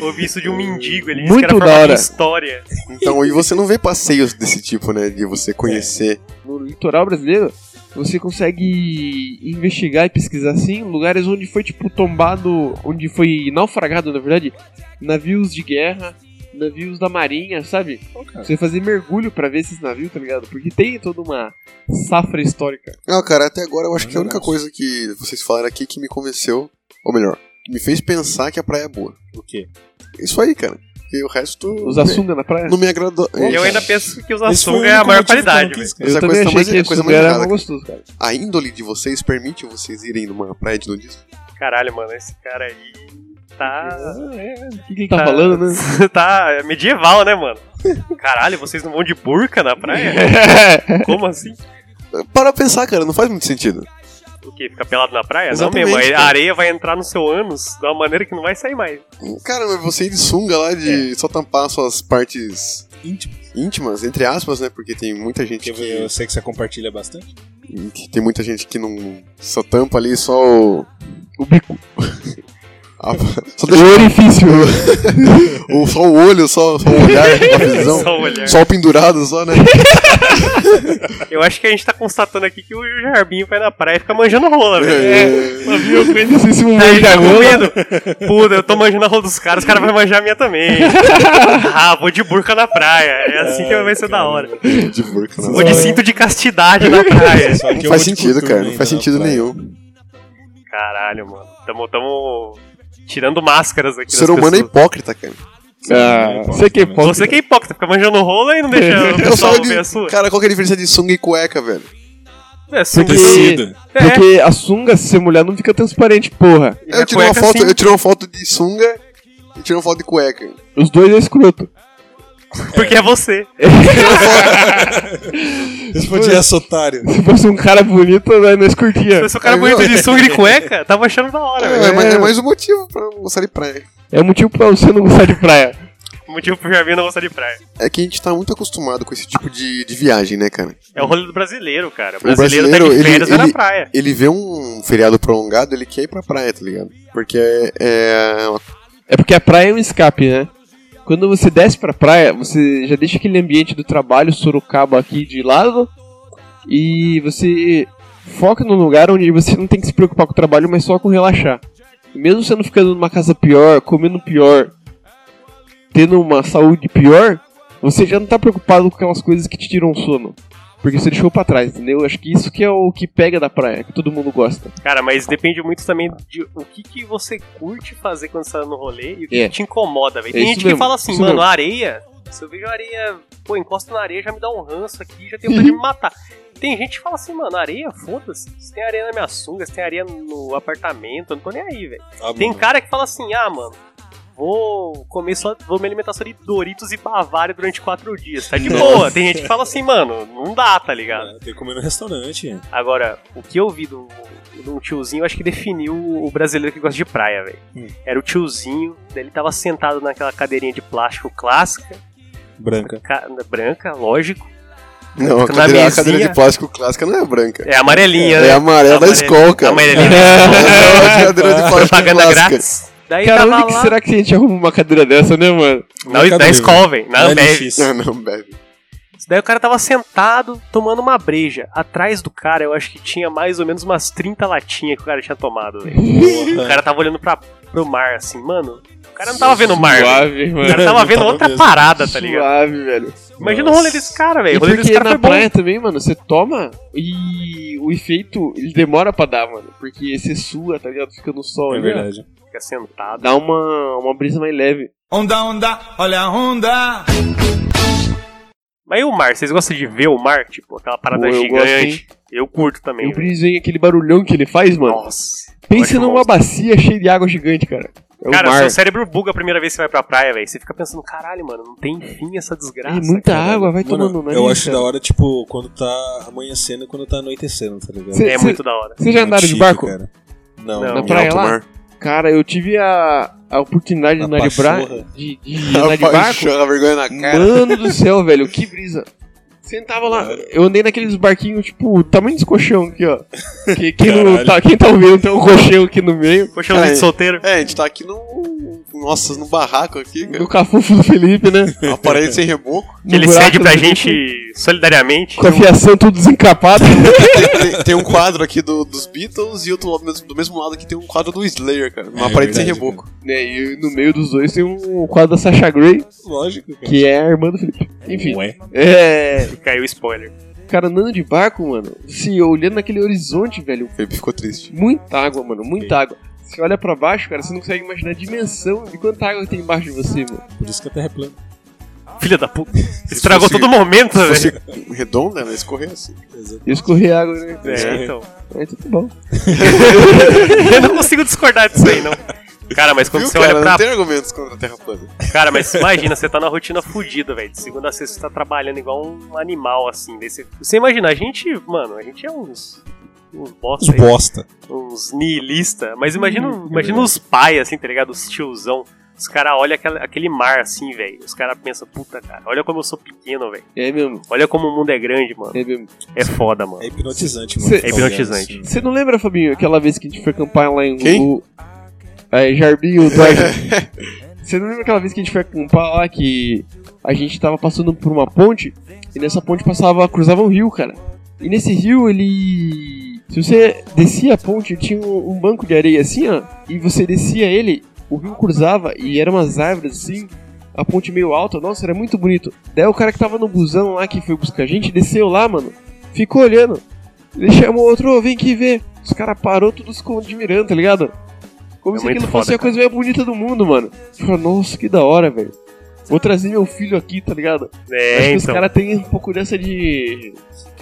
E: Ouvi isso de um mendigo. Ele
B: Muito
E: disse que era
B: da
E: formado
B: hora.
E: em história.
D: Então, e você não vê passeios desse tipo, né? De você conhecer.
B: no litoral brasileiro, você consegue investigar e pesquisar assim lugares onde foi tipo tombado, onde foi naufragado, na verdade, navios de guerra, navios da marinha, sabe? Você fazer mergulho pra ver esses navios, tá ligado? Porque tem toda uma safra histórica.
D: Não, cara, até agora eu acho que a única
C: verdade.
D: coisa que vocês falaram aqui que me convenceu, ou melhor, me fez pensar que a praia é boa.
C: O quê?
D: Isso aí, cara. E o resto.
B: Os açúcar na praia.
D: Não me agradou.
E: E eu
D: Cara,
E: ainda penso que os
C: Esse foi o
E: açúcar é
C: único
E: a maior
C: motivo que eu não
E: qualidade,
C: quis,
E: velho.
C: cara.
B: Eu
D: Essa
B: também
D: coisa tá
B: achei
D: mais-
B: que
D: é
B: esse coisa
D: coisa mais
B: era
D: errada.
B: gostoso, cara.
D: A índole de vocês permite vocês irem numa praia de nudismo?
E: Caralho, mano, esse cara aí
D: Ah.
E: tá.
B: O que, que ele tá falando, né?
E: tá medieval, né, mano? Caralho, vocês não vão de burca na praia? Como assim?
D: Para pensar, cara, não faz muito sentido.
E: O quê? Ficar pelado na praia?
D: Exatamente,
E: não mesmo. A
D: cara.
E: areia vai entrar no seu ânus de uma maneira que não vai sair mais.
D: Cara, mas você ir de sunga lá de só tampar suas partes
C: Íntimo.
D: íntimas, entre aspas, né? Porque tem muita gente
C: Porque
D: que,
C: eu sei que você compartilha bastante.
D: que tem muita gente que não só tampa ali só o
B: O bico.
D: a- só deixa
B: O orifício.
D: o, só o olho, só, só o olhar, a visão.
E: Só o olhar.
D: Só o pendurado, só, né?
E: Eu acho que a gente tá constatando aqui que o Jarbinho vai na praia e fica manjando rola, velho.
D: É,
E: Não viu?
B: Esse
E: Aí
B: momento
E: eu tô com
B: agora.
E: medo. Tá Puta, eu tô manjando a rola dos caras, os caras vão manjar a minha também. Ah, vou de burca na praia. É assim que vai ser da hora.
D: de burca,
E: Vou
D: não.
E: de cinto de castidade na praia.
C: Só que
D: Não
C: eu
D: faz
C: vou de
D: sentido,
C: coturno
D: cara. Não
C: ainda
D: faz
C: na
D: sentido
C: praia.
D: nenhum.
E: Caralho, mano. Tamo, tamo tirando máscaras aqui.
D: O ser
E: das
D: humano é
E: pessoas.
D: hipócrita, cara.
B: Ah, você que é hipócrita.
E: Você que é hipócrita, fica manjando rola e não deixa o
D: Eu
E: pessoal
D: falo
E: ver a
D: de.
E: sua.
D: Cara, qual que é a diferença de sunga e cueca, velho?
E: É, sim,
B: Porque-
C: Tecido.
E: é,
B: Porque a sunga, se você molhar, não fica transparente, porra.
E: e
D: Eu
E: a
D: tirei, uma
E: É, cueca,
D: foto,
E: sim.
D: eu tirei uma foto de sunga e tirei uma foto de cueca.
B: Os dois é escroto.
E: Porque é você.
C: Se for de essa otário.
B: Se fosse um cara bonito, nós nós curtia.
E: Se o cara
D: É,
E: bonito
D: não.
E: de sunga e de cueca, tava achando da hora, velho.
D: É, é, mais- é mais um motivo pra eu gostar de praia.
B: É motivo pra você não gostar de praia.
E: Motivo pro Jarbinho não gostar de praia.
D: É que a gente tá muito acostumado com esse tipo de, de viagem, né, cara?
E: É o rolê do brasileiro, cara. O
D: O
E: brasileiro, tá de
D: brasileiro, ele-
E: férias vai na
D: ele-
E: praia.
D: Ele vê um feriado prolongado, ele quer ir pra praia, tá ligado? Porque é. é uma-
B: É porque a praia é um escape, né? Quando você desce pra praia, você já deixa aquele ambiente do trabalho Sorocaba aqui de lado e você foca num lugar onde você não tem que se preocupar com o trabalho, mas só com relaxar. E mesmo você não ficando numa casa pior, comendo pior, tendo uma saúde pior, você já não tá preocupado com aquelas coisas que te tiram o sono. Porque você deixou pra trás, entendeu? Acho que isso que é o que pega da praia, que todo mundo gosta.
E: Cara, mas depende muito também de o que, que você curte fazer quando você tá no rolê e o que,
B: É.
E: que te incomoda, velho.
B: É
E: Tem
B: isso
E: gente que
B: mesmo,
E: fala assim,
B: isso
E: mano,
B: mesmo.
E: areia, se eu vejo areia, pô, encosto na areia, já me dá um ranço aqui, já tenho vontade de me matar. Tem gente que fala assim, mano, areia, foda-se. Se tem areia na minha sunga, se tem areia no apartamento, eu não tô nem aí, velho.
C: Ah,
B: Tá
E: Tem
C: mano.
E: cara que fala assim, ah, mano, vou comer só, vou me alimentar só de Doritos e Bavária durante quatro dias. Tá de boa. Tem gente que fala assim, mano, não dá, tá ligado?
C: Ah, Tem que comer no restaurante.
E: Agora, o que eu vi do- de um tiozinho, eu acho que definiu o brasileiro que gosta de praia, velho.
C: Hum.
E: Era o tiozinho, daí ele tava sentado naquela cadeirinha de plástico clássica,
C: Branca.
E: ca- branca, lógico.
D: Não, a
E: Na
D: cadeira, a
E: mesinha.
D: cadeira de plástico clássica não é branca.
E: É amarelinha,
D: É,
E: né?
D: amarela da
E: Amarela-
D: escola, cara.
E: Amarelinha.
D: É a cadeira de plástico
E: Propaganda
D: clássica.
E: grátis. Daí
B: Cara,
E: tava
B: onde que
E: lá,
B: será que a gente arruma uma cadeira dessa, né, mano?
C: Mercado
E: na, na
C: Livre.
E: escola, velho, na
C: Não é
E: Ambev.
C: LX.
D: Não, não, bebe.
E: Daí o cara tava sentado, tomando uma breja. Atrás do cara, eu acho que tinha mais ou menos umas 30 latinhas que o cara tinha tomado, velho. O cara tá tava olhando pra, pro mar, assim, mano. O cara não tava vendo o mar, velho.
B: Suave,
E: O
B: mano.
E: cara tava
C: Não
E: vendo
C: tava
E: outra
C: mesmo.
E: parada, tá ligado?
B: Suave, velho.
E: Imagina o rolê desse cara, velho.
B: E
E: O rolê desse
B: porque
E: cara
B: na
E: foi bom.
B: praia também, mano, você toma e o efeito ele demora pra dar, mano. Porque você sua, tá ligado? Fica no sol,
C: É
B: né?
C: verdade.
E: Fica sentado.
B: Dá uma, uma brisa mais leve.
A: Onda, onda, olha a onda.
E: Mas e o mar? Vocês gostam de ver o mar? Tipo, aquela parada
B: Pô, eu
E: gigante. eu curto também.
B: E o
E: velho.
B: brilho vem aquele barulhão que ele faz, mano.
E: Nossa.
B: Pensa
E: acho
B: numa
E: monstro.
B: bacia cheia de água gigante, cara. É
E: Cara,
B: o mar.
E: seu cérebro buga a primeira vez que você vai pra praia, velho. Você fica pensando, caralho, mano, não tem fim essa desgraça.
B: É muita
E: cara.
B: água, vai
C: Mano,
B: tomando, né?
C: eu acho da hora, tipo, quando tá amanhecendo e quando tá anoitecendo, tá ligado?
B: Cê-
E: É
B: Cê-
E: muito da hora.
B: Vocês já
C: Muito
B: andaram de
C: chique,
B: barco?
C: cara. Não,
E: Não.
B: Na
E: Em
B: praia
D: alto
B: lá?
D: mar.
B: Cara, eu tive a, a oportunidade de
C: Na
B: andar de, bra...
C: pachorra.
B: de, de andar
D: A
B: tá de barco.
D: paixão, a vergonha na cara.
B: Mano do céu, velho, que brisa. Sentava lá, eu andei naqueles barquinhos, tipo, tamanho desse colchão aqui, ó. Que, quem, não,
C: Caralho.
B: tá, quem tá ouvindo tem um colchão aqui no meio.
E: Poxa, eu
D: Cara,
E: de solteiro.
D: É, a gente tá aqui no. Nossa, num barraco aqui, cara.
B: Do cafufo do Felipe, né?
D: Um aparelho sem reboco.
E: Que ele
B: um buraco
E: cede pra
B: do-
E: gente um solidariamente.
B: Com a fiação tudo desencapada.
D: Tem, tem- tem um quadro aqui do- dos Beatles e outro lado mesmo- do mesmo lado aqui tem um quadro do Slayer, cara. Um
C: É
D: aparelho sem
C: verdade,
D: reboco.
B: né, e no meio dos dois tem um quadro da Sasha Grey,
C: Lógico, cara.
B: que é a irmã do Felipe. Enfim,
C: Ué.
B: é.
E: Caiu spoiler.
B: Cara, andando de barco, mano, se olhando naquele horizonte, velho,
D: O Felipe ficou triste.
B: Muita água, mano, muita água. Você olha pra baixo, cara, você não consegue imaginar a dimensão de quanta água tem embaixo de você, mano.
C: Por isso que a terra é plana.
E: Filha da puta. Estragou
D: fosse-
E: todo momento,
D: Se fosse
E: velho.
D: redonda, ela escorreu assim.
C: Exato.
B: Eu escorri água, né?
E: É, então.
B: É tudo bom.
E: Eu não consigo discordar disso aí, não. Cara, mas quando
D: Viu,
E: você
D: cara?
E: olha
D: Não
E: pra
D: tem argumentos contra a Terra plana.
E: Cara, mas imagina, você tá na rotina fudida, velho. De segunda a sexta você tá trabalhando igual um animal, assim. Daí você, você imagina, a gente, mano, a gente é uns. Uns
C: Os
E: bosta, aí,
C: bosta.
E: uns nihilista. Mas imagina, imagina os pais, assim, tá ligado? Os tiozão. Os caras olham aquela- aquele mar, assim, velho. Os caras pensam, puta, cara, olha como eu sou pequeno, velho.
B: É mesmo,
E: Olha como o mundo é grande, mano.
B: é mesmo.
E: É foda, mano.
C: É hipnotizante,
B: Cê-
C: mano.
E: É hipnotizante.
C: Assim.
B: Você não lembra, Fabinho, aquela vez que a gente foi acampar lá em
D: Quem?
B: O... Aí, Jarbinho, o Eduardo. Você não lembra aquela vez que a gente foi acampar lá que a gente tava passando por uma ponte e nessa ponte passava, cruzava um rio, cara. E nesse rio ele. Se você descia a ponte, tinha um um banco de areia assim, ó, e você descia ele, o rio cruzava e eram umas árvores assim, a ponte meio alta, nossa, era muito bonito. Daí o cara que tava no busão lá que foi buscar a gente desceu lá, mano, ficou olhando. Ele chamou outro, "Ô, vem aqui ver. Os caras parou tudo se admirando, tá ligado? Como
E: É
B: se
E: muito
B: aquilo fosse
E: foda,
B: a coisa mais bonita do mundo, mano. Eu falei, nossa, que da hora, velho. Vou trazer meu filho aqui, tá ligado? Acho
E: É,
B: que os
E: então.
B: caras têm um pouco dessa de.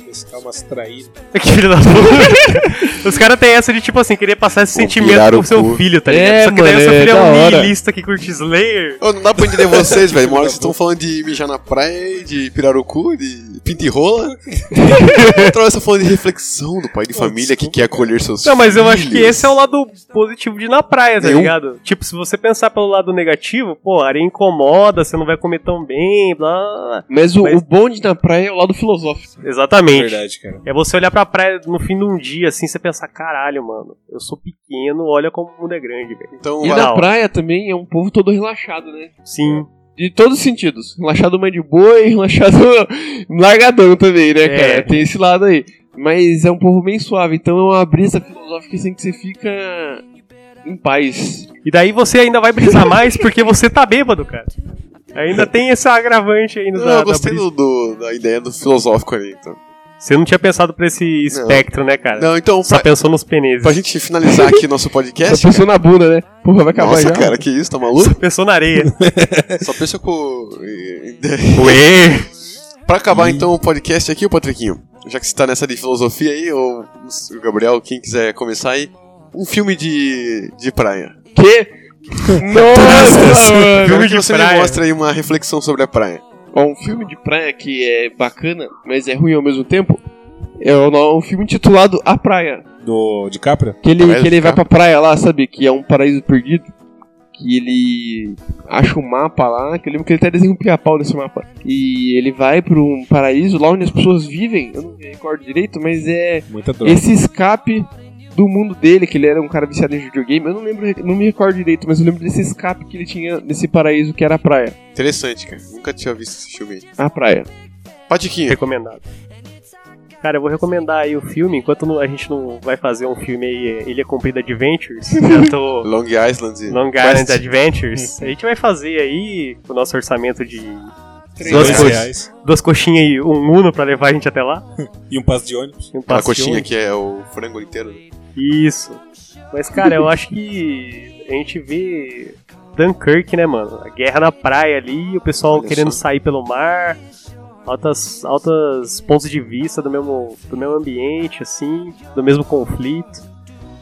C: Pescar umas traídas.
E: Que filho da puta. Os caras têm essa de, tipo assim, querer passar esse
D: Pô,
E: sentimento
D: viraram
E: pro seu
D: o cu.
E: filho, tá ligado?
B: É,
E: Só que daí o
B: mano,
E: seu
B: é
E: filho é,
B: da
E: um
B: hora.
E: nilista que curte Slayer.
D: Ô, não dá pra entender vocês, velho. Uma hora que vocês estão falando de mijar na praia, de pirarucu, de pinta e rola. Outra hora vocês estão falando de reflexão do pai de
C: Pô,
D: família que
C: desculpa,
D: quer acolher seus
E: é? Não, mas eu acho
D: filhos.
E: que esse é o lado positivo de ir na praia, tá
D: Nenhum.
E: ligado? Tipo, se você pensar pelo lado negativo, pô, a areia incomoda, você não vai comer tão bem, blá blá
B: Mas o,
E: Mas-
B: o bonde na praia é o lado filosófico.
E: blá. Exatamente.
C: Verdade, cara.
E: É você olhar pra praia no fim de um dia, assim, você pensar, caralho, mano, eu sou pequeno, olha como o mundo é grande, velho.
D: Então,
B: E
D: vai
E: da
B: na
E: hora.
B: praia também é um povo todo relaxado, né?
E: Sim.
B: De todos os sentidos. Relaxado mãe de boi, relaxado largadão também, né,
E: É.
B: cara? Tem esse lado aí. Mas é um povo bem suave, então é uma brisa filosófica assim que você fica em paz.
E: E daí você ainda vai brisar mais porque você tá bêbado, cara. Ainda tem esse agravante ainda da,
D: eu
E: da
D: gostei do,
E: brisa.
D: do- da ideia do filosófico aí, então.
E: Você não tinha pensado pra esse espectro, né, cara?
D: Não, então,
E: Só
D: pra,
E: pensou nos penezes.
D: pra gente finalizar aqui nosso podcast.
B: Só pensou na bunda, né? Porra, vai acabar
D: Nossa,
B: já.
D: cara, que isso, tá maluco?
E: Pensou na areia.
D: Só pensa com.
E: Ué!
D: pra acabar então o podcast aqui, ô Patriquinho, já que você tá nessa de filosofia aí, ou o Gabriel, quem quiser começar aí, um filme de, de praia.
B: Que? Nossa, mano.
D: Um filme
E: Filme
D: que
E: de
D: você me
E: praia.
D: mostra aí uma reflexão sobre a praia.
B: Ó, um filme de praia que é bacana, mas é ruim ao mesmo tempo. É um no- um filme intitulado A Praia.
C: Do DiCaprio?
B: Que ele,
D: Praia
B: que
D: do
B: ele vai pra
D: Carmo.
B: praia lá, sabe? Que é um paraíso perdido. Que ele acha um mapa lá, que eu lembro que ele até desenha um pica-pau nesse mapa. E ele vai pra um paraíso lá onde as pessoas vivem, eu não me recordo direito, mas é
C: Muita droga.
B: esse escape do mundo dele, que ele era um cara viciado em videogame. Eu não lembro, não me recordo direito, mas eu lembro desse escape que ele tinha nesse paraíso que era a praia.
D: Interessante, cara. Nunca tinha visto esse filme aí.
B: A praia.
D: Patiquinho,
E: Recomendado. Cara, eu vou recomendar aí o filme, enquanto não- a gente não vai fazer um filme aí, Ilha Comprida Adventures, eu tô
D: Long Island. e
E: Long Island
D: Quest.
E: Adventures, a gente vai fazer aí com o nosso orçamento de
C: Dois
E: duas, co-
C: reais.
E: duas coxinhas e um uno pra levar a gente até lá.
C: E um passo de ônibus.
E: Um
D: Aquela
E: passeio.
D: coxinha que é o frango inteiro. né?
E: Isso. Mas, cara, eu acho que a gente vê Dunkirk, né, mano? A guerra na praia ali, o pessoal
D: Olha
E: querendo
D: só.
E: sair pelo mar, altas, altas pontos de vista do mesmo, do mesmo ambiente, assim, do mesmo conflito.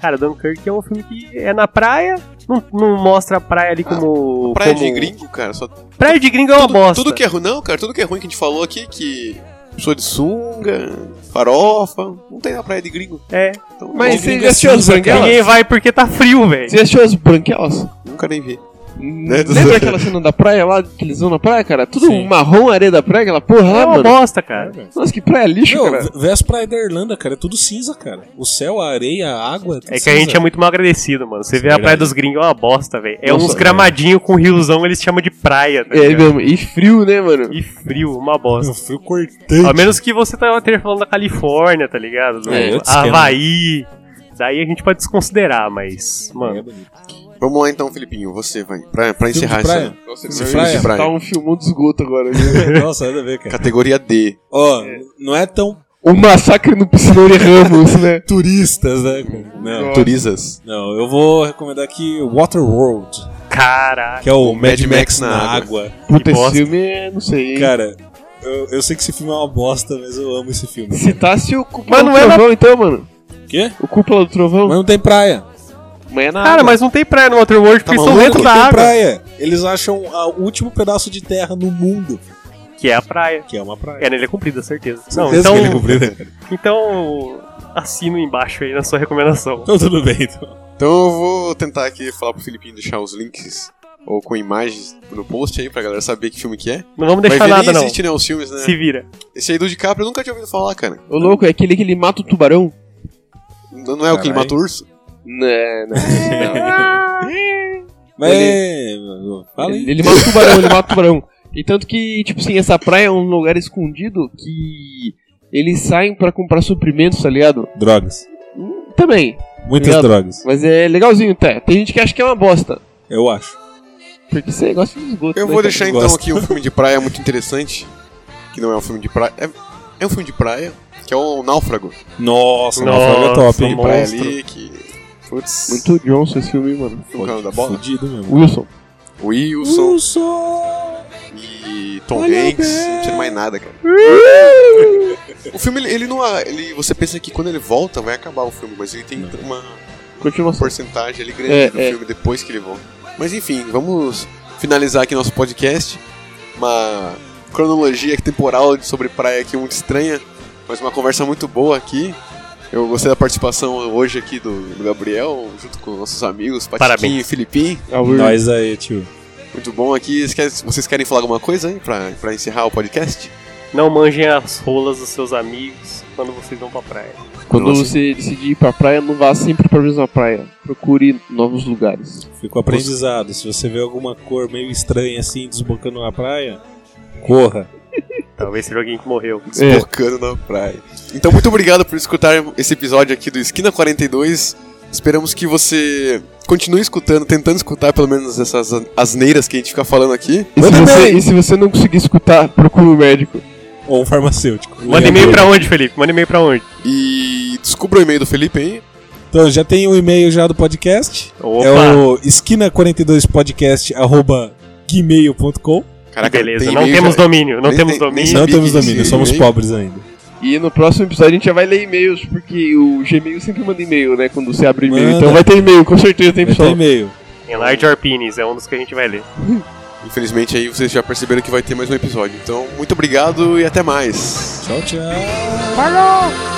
E: Cara, Dunkirk é um filme que é na praia, não, não mostra a praia ali como.
D: Ah, Praia
E: como...
D: de gringo, cara. Só
E: Praia de gringo é uma
D: tudo,
E: bosta.
D: tudo que é ruim, não, cara, tudo que é ruim que a gente falou aqui, que pessoa de sunga, farofa, não tem na praia de gringo.
E: É,
D: Então,
B: Mas
D: bom,
B: você
D: gringo
B: já assistiu as
E: ninguém
B: branquelas?
E: vai porque tá frio, velho.
B: Você já assistiu as branquelas?
D: nunca nem vi.
B: Lembra aquela cena da praia lá, que eles vão na praia, cara? Tudo
C: Sim.
B: marrom, areia da praia, aquela porra
E: É
B: lá,
E: uma
B: mano.
E: bosta, cara.
B: Nossa, que praia lixo,
C: Meu,
B: cara.
C: vê- vê as praias da Irlanda, cara. É tudo cinza, cara. O céu, a areia, a água. tudo
E: É que a gente
C: cinza.
E: é muito mal agradecido, mano. Você vê a
C: Verdade.
E: praia dos gringos, é uma bosta, velho. É
B: Nossa,
E: uns gramadinhos com riozão, eles chamam de praia, tá
B: É
E: ligado?
B: mesmo, e frio, né, mano?
E: E frio, uma bosta.
C: Eu fui cortante.
E: A menos que você tava ter falando da Califórnia, tá ligado? Do
C: É, outro esquema. né?
E: Havaí. Daí a gente pode desconsiderar, mas,
C: É
E: mano,
C: bonito.
D: Vamos lá então, Felipinho, você vai, pra, pra
C: de
D: encerrar
C: praia?
D: essa
B: Nossa,
D: esse
C: de
D: filme
C: praia? Então-
D: de praia.
B: Tá um filmão de esgoto agora. né? Viu?
C: Nossa, nada a ver, cara.
D: Categoria D.
C: Ó, não é tão
B: o Um massacre no piscinão de Ramos, né?
C: turistas, né, cara? Não.
D: Turisas.
C: Não, eu vou recomendar aqui Waterworld,
E: caralho.
C: que é o
D: Mad
C: Mad,
D: Max
C: Max,
D: na
C: na água.
B: Puta, esse
E: bosta.
B: filme é, não sei, hein?
C: Cara, eu, eu sei que esse filme é uma bosta, mas eu amo esse filme.
B: Citasse tá, o Cúpula
E: Mas
B: do
E: não é na-
B: Trovão, então, mano.
C: O quê?
B: O Cúpula do Trovão.
C: Mas não tem praia.
B: Mas é na
E: Cara,
B: água.
E: mas não tem praia no Waterworld porque estão
C: Tá Maluco,
E: dentro da
C: tem
E: água.
C: praia. Eles acham a- o último pedaço de terra no mundo,
E: Que é a praia.
C: que é uma praia.
E: É, né? Ele é cumprida, certeza. Não,
C: Certeza
E: então,
C: que ele cobriu, né, cara?
E: então assino embaixo aí na sua recomendação.
C: Então tudo bem, então.
D: Então eu vou tentar aqui falar pro Felipinho deixar os links ou com imagens no post aí pra galera saber que filme que é.
E: Não vamos deixar
D: Vai ver
E: nada,
D: nem
E: não.
D: existe, né, os filmes, né?
E: Se vira.
D: Esse aí do DiCaprio eu nunca tinha ouvido falar, cara.
B: Ô, louco, é aquele que ele mata o tubarão?
D: Não não é o que
C: Caralho.
D: ele mata o urso?
B: Não, não.
C: Mas. Fala aí.
B: Ele, ele mata o tubarão, ele mata o tubarão. E tanto que, tipo assim, essa praia é um lugar escondido que eles saem pra comprar suprimentos, tá ligado?
C: Drogas.
B: Hum, Também.
C: Muitas
B: Obrigado.
C: drogas.
B: Mas é legalzinho, tá? Tem gente que acha que é uma bosta.
C: Eu acho.
B: Porque você gosta de esgoto.
D: Eu
B: né,
D: vou
B: cara?
D: deixar
C: eu
D: então
C: gosto.
D: aqui um filme de praia muito interessante. Que não é um filme de praia. É, é um filme de praia, que é o Náufrago.
C: Nossa,
E: Nossa,
C: Náufrago é top,
D: Filme
C: hein?
D: de praia
E: monstro.
D: ali que. Putz.
B: Muito Johnson esse filme, mano.
D: o cara da bola?
C: Fudido mesmo.
B: Wilson.
D: Wilson
C: Wilson!
D: e Tom
C: Olha
D: Hanks.
C: bem.
D: Não tira mais nada, cara. o filme, ele, ele não. Ele, você pensa que quando ele volta vai acabar o filme, mas ele tem uma
B: Continuação.
D: porcentagem ali grande
B: É,
D: do
B: é.
D: filme depois que ele volta. Mas enfim, vamos finalizar aqui nosso podcast. Uma cronologia temporal sobre praia aqui muito estranha, mas uma conversa muito boa aqui. Eu gostei da participação hoje aqui do, do Gabriel, junto com nossos amigos, Patiquinho e
E: Parabéns.
D: Filipim.
B: Ah,
C: Nós aí, tio.
D: Muito bom aqui. Vocês querem- Vocês querem falar alguma coisa aí pra, pra encerrar o podcast?
E: Não manjem as rolas dos seus amigos quando vocês vão pra praia.
B: Quando
D: Nossa.
B: você decidir ir pra praia, não vá sempre pra mesma praia. Procure novos lugares.
C: Fica o aprendizado. Se você vê alguma cor meio estranha assim desbocando na praia, corra.
E: Talvez seja alguém que morreu.
D: Desbocando na praia. Então, muito obrigado por escutar esse episódio aqui do Esquina 42. Esperamos que você continue escutando, tentando escutar pelo menos essas asneiras que a gente fica falando aqui.
B: E se,
D: Manda
B: você,
D: e-mail.
B: e se você não conseguir escutar, procure um médico.
C: Ou um farmacêutico.
E: Manda e-mail pra onde, Felipe? Manda e-mail pra onde?
D: E descubra o e-mail do Felipe aí.
C: Então, já tem o e-mail já do podcast.
E: Opa!
C: É o esquina42podcast.gmail.com.
D: Caraca,
E: Beleza,
D: tem
E: não
D: e-mail,
E: temos
D: cara.
E: domínio, não
D: Nem-
E: temos
D: nem-
E: domínio.
D: nem-
C: Não temos
D: que
C: domínio,
D: esse
C: somos
D: e-mail-
C: pobres ainda.
B: E no próximo episódio a gente já vai ler e-mails, porque o Gmail sempre manda e-mail, né? Quando você abre o e-mail.
C: Manda.
B: Então vai ter e-mail, com certeza tem
C: Vai ter
B: pessoal.
C: e-mail.
E: Enlarge Your Penis, é um dos que a gente vai ler.
D: Infelizmente aí vocês já perceberam que vai ter mais um episódio. Então, muito obrigado e até mais.
C: Tchau, tchau.
F: Falou!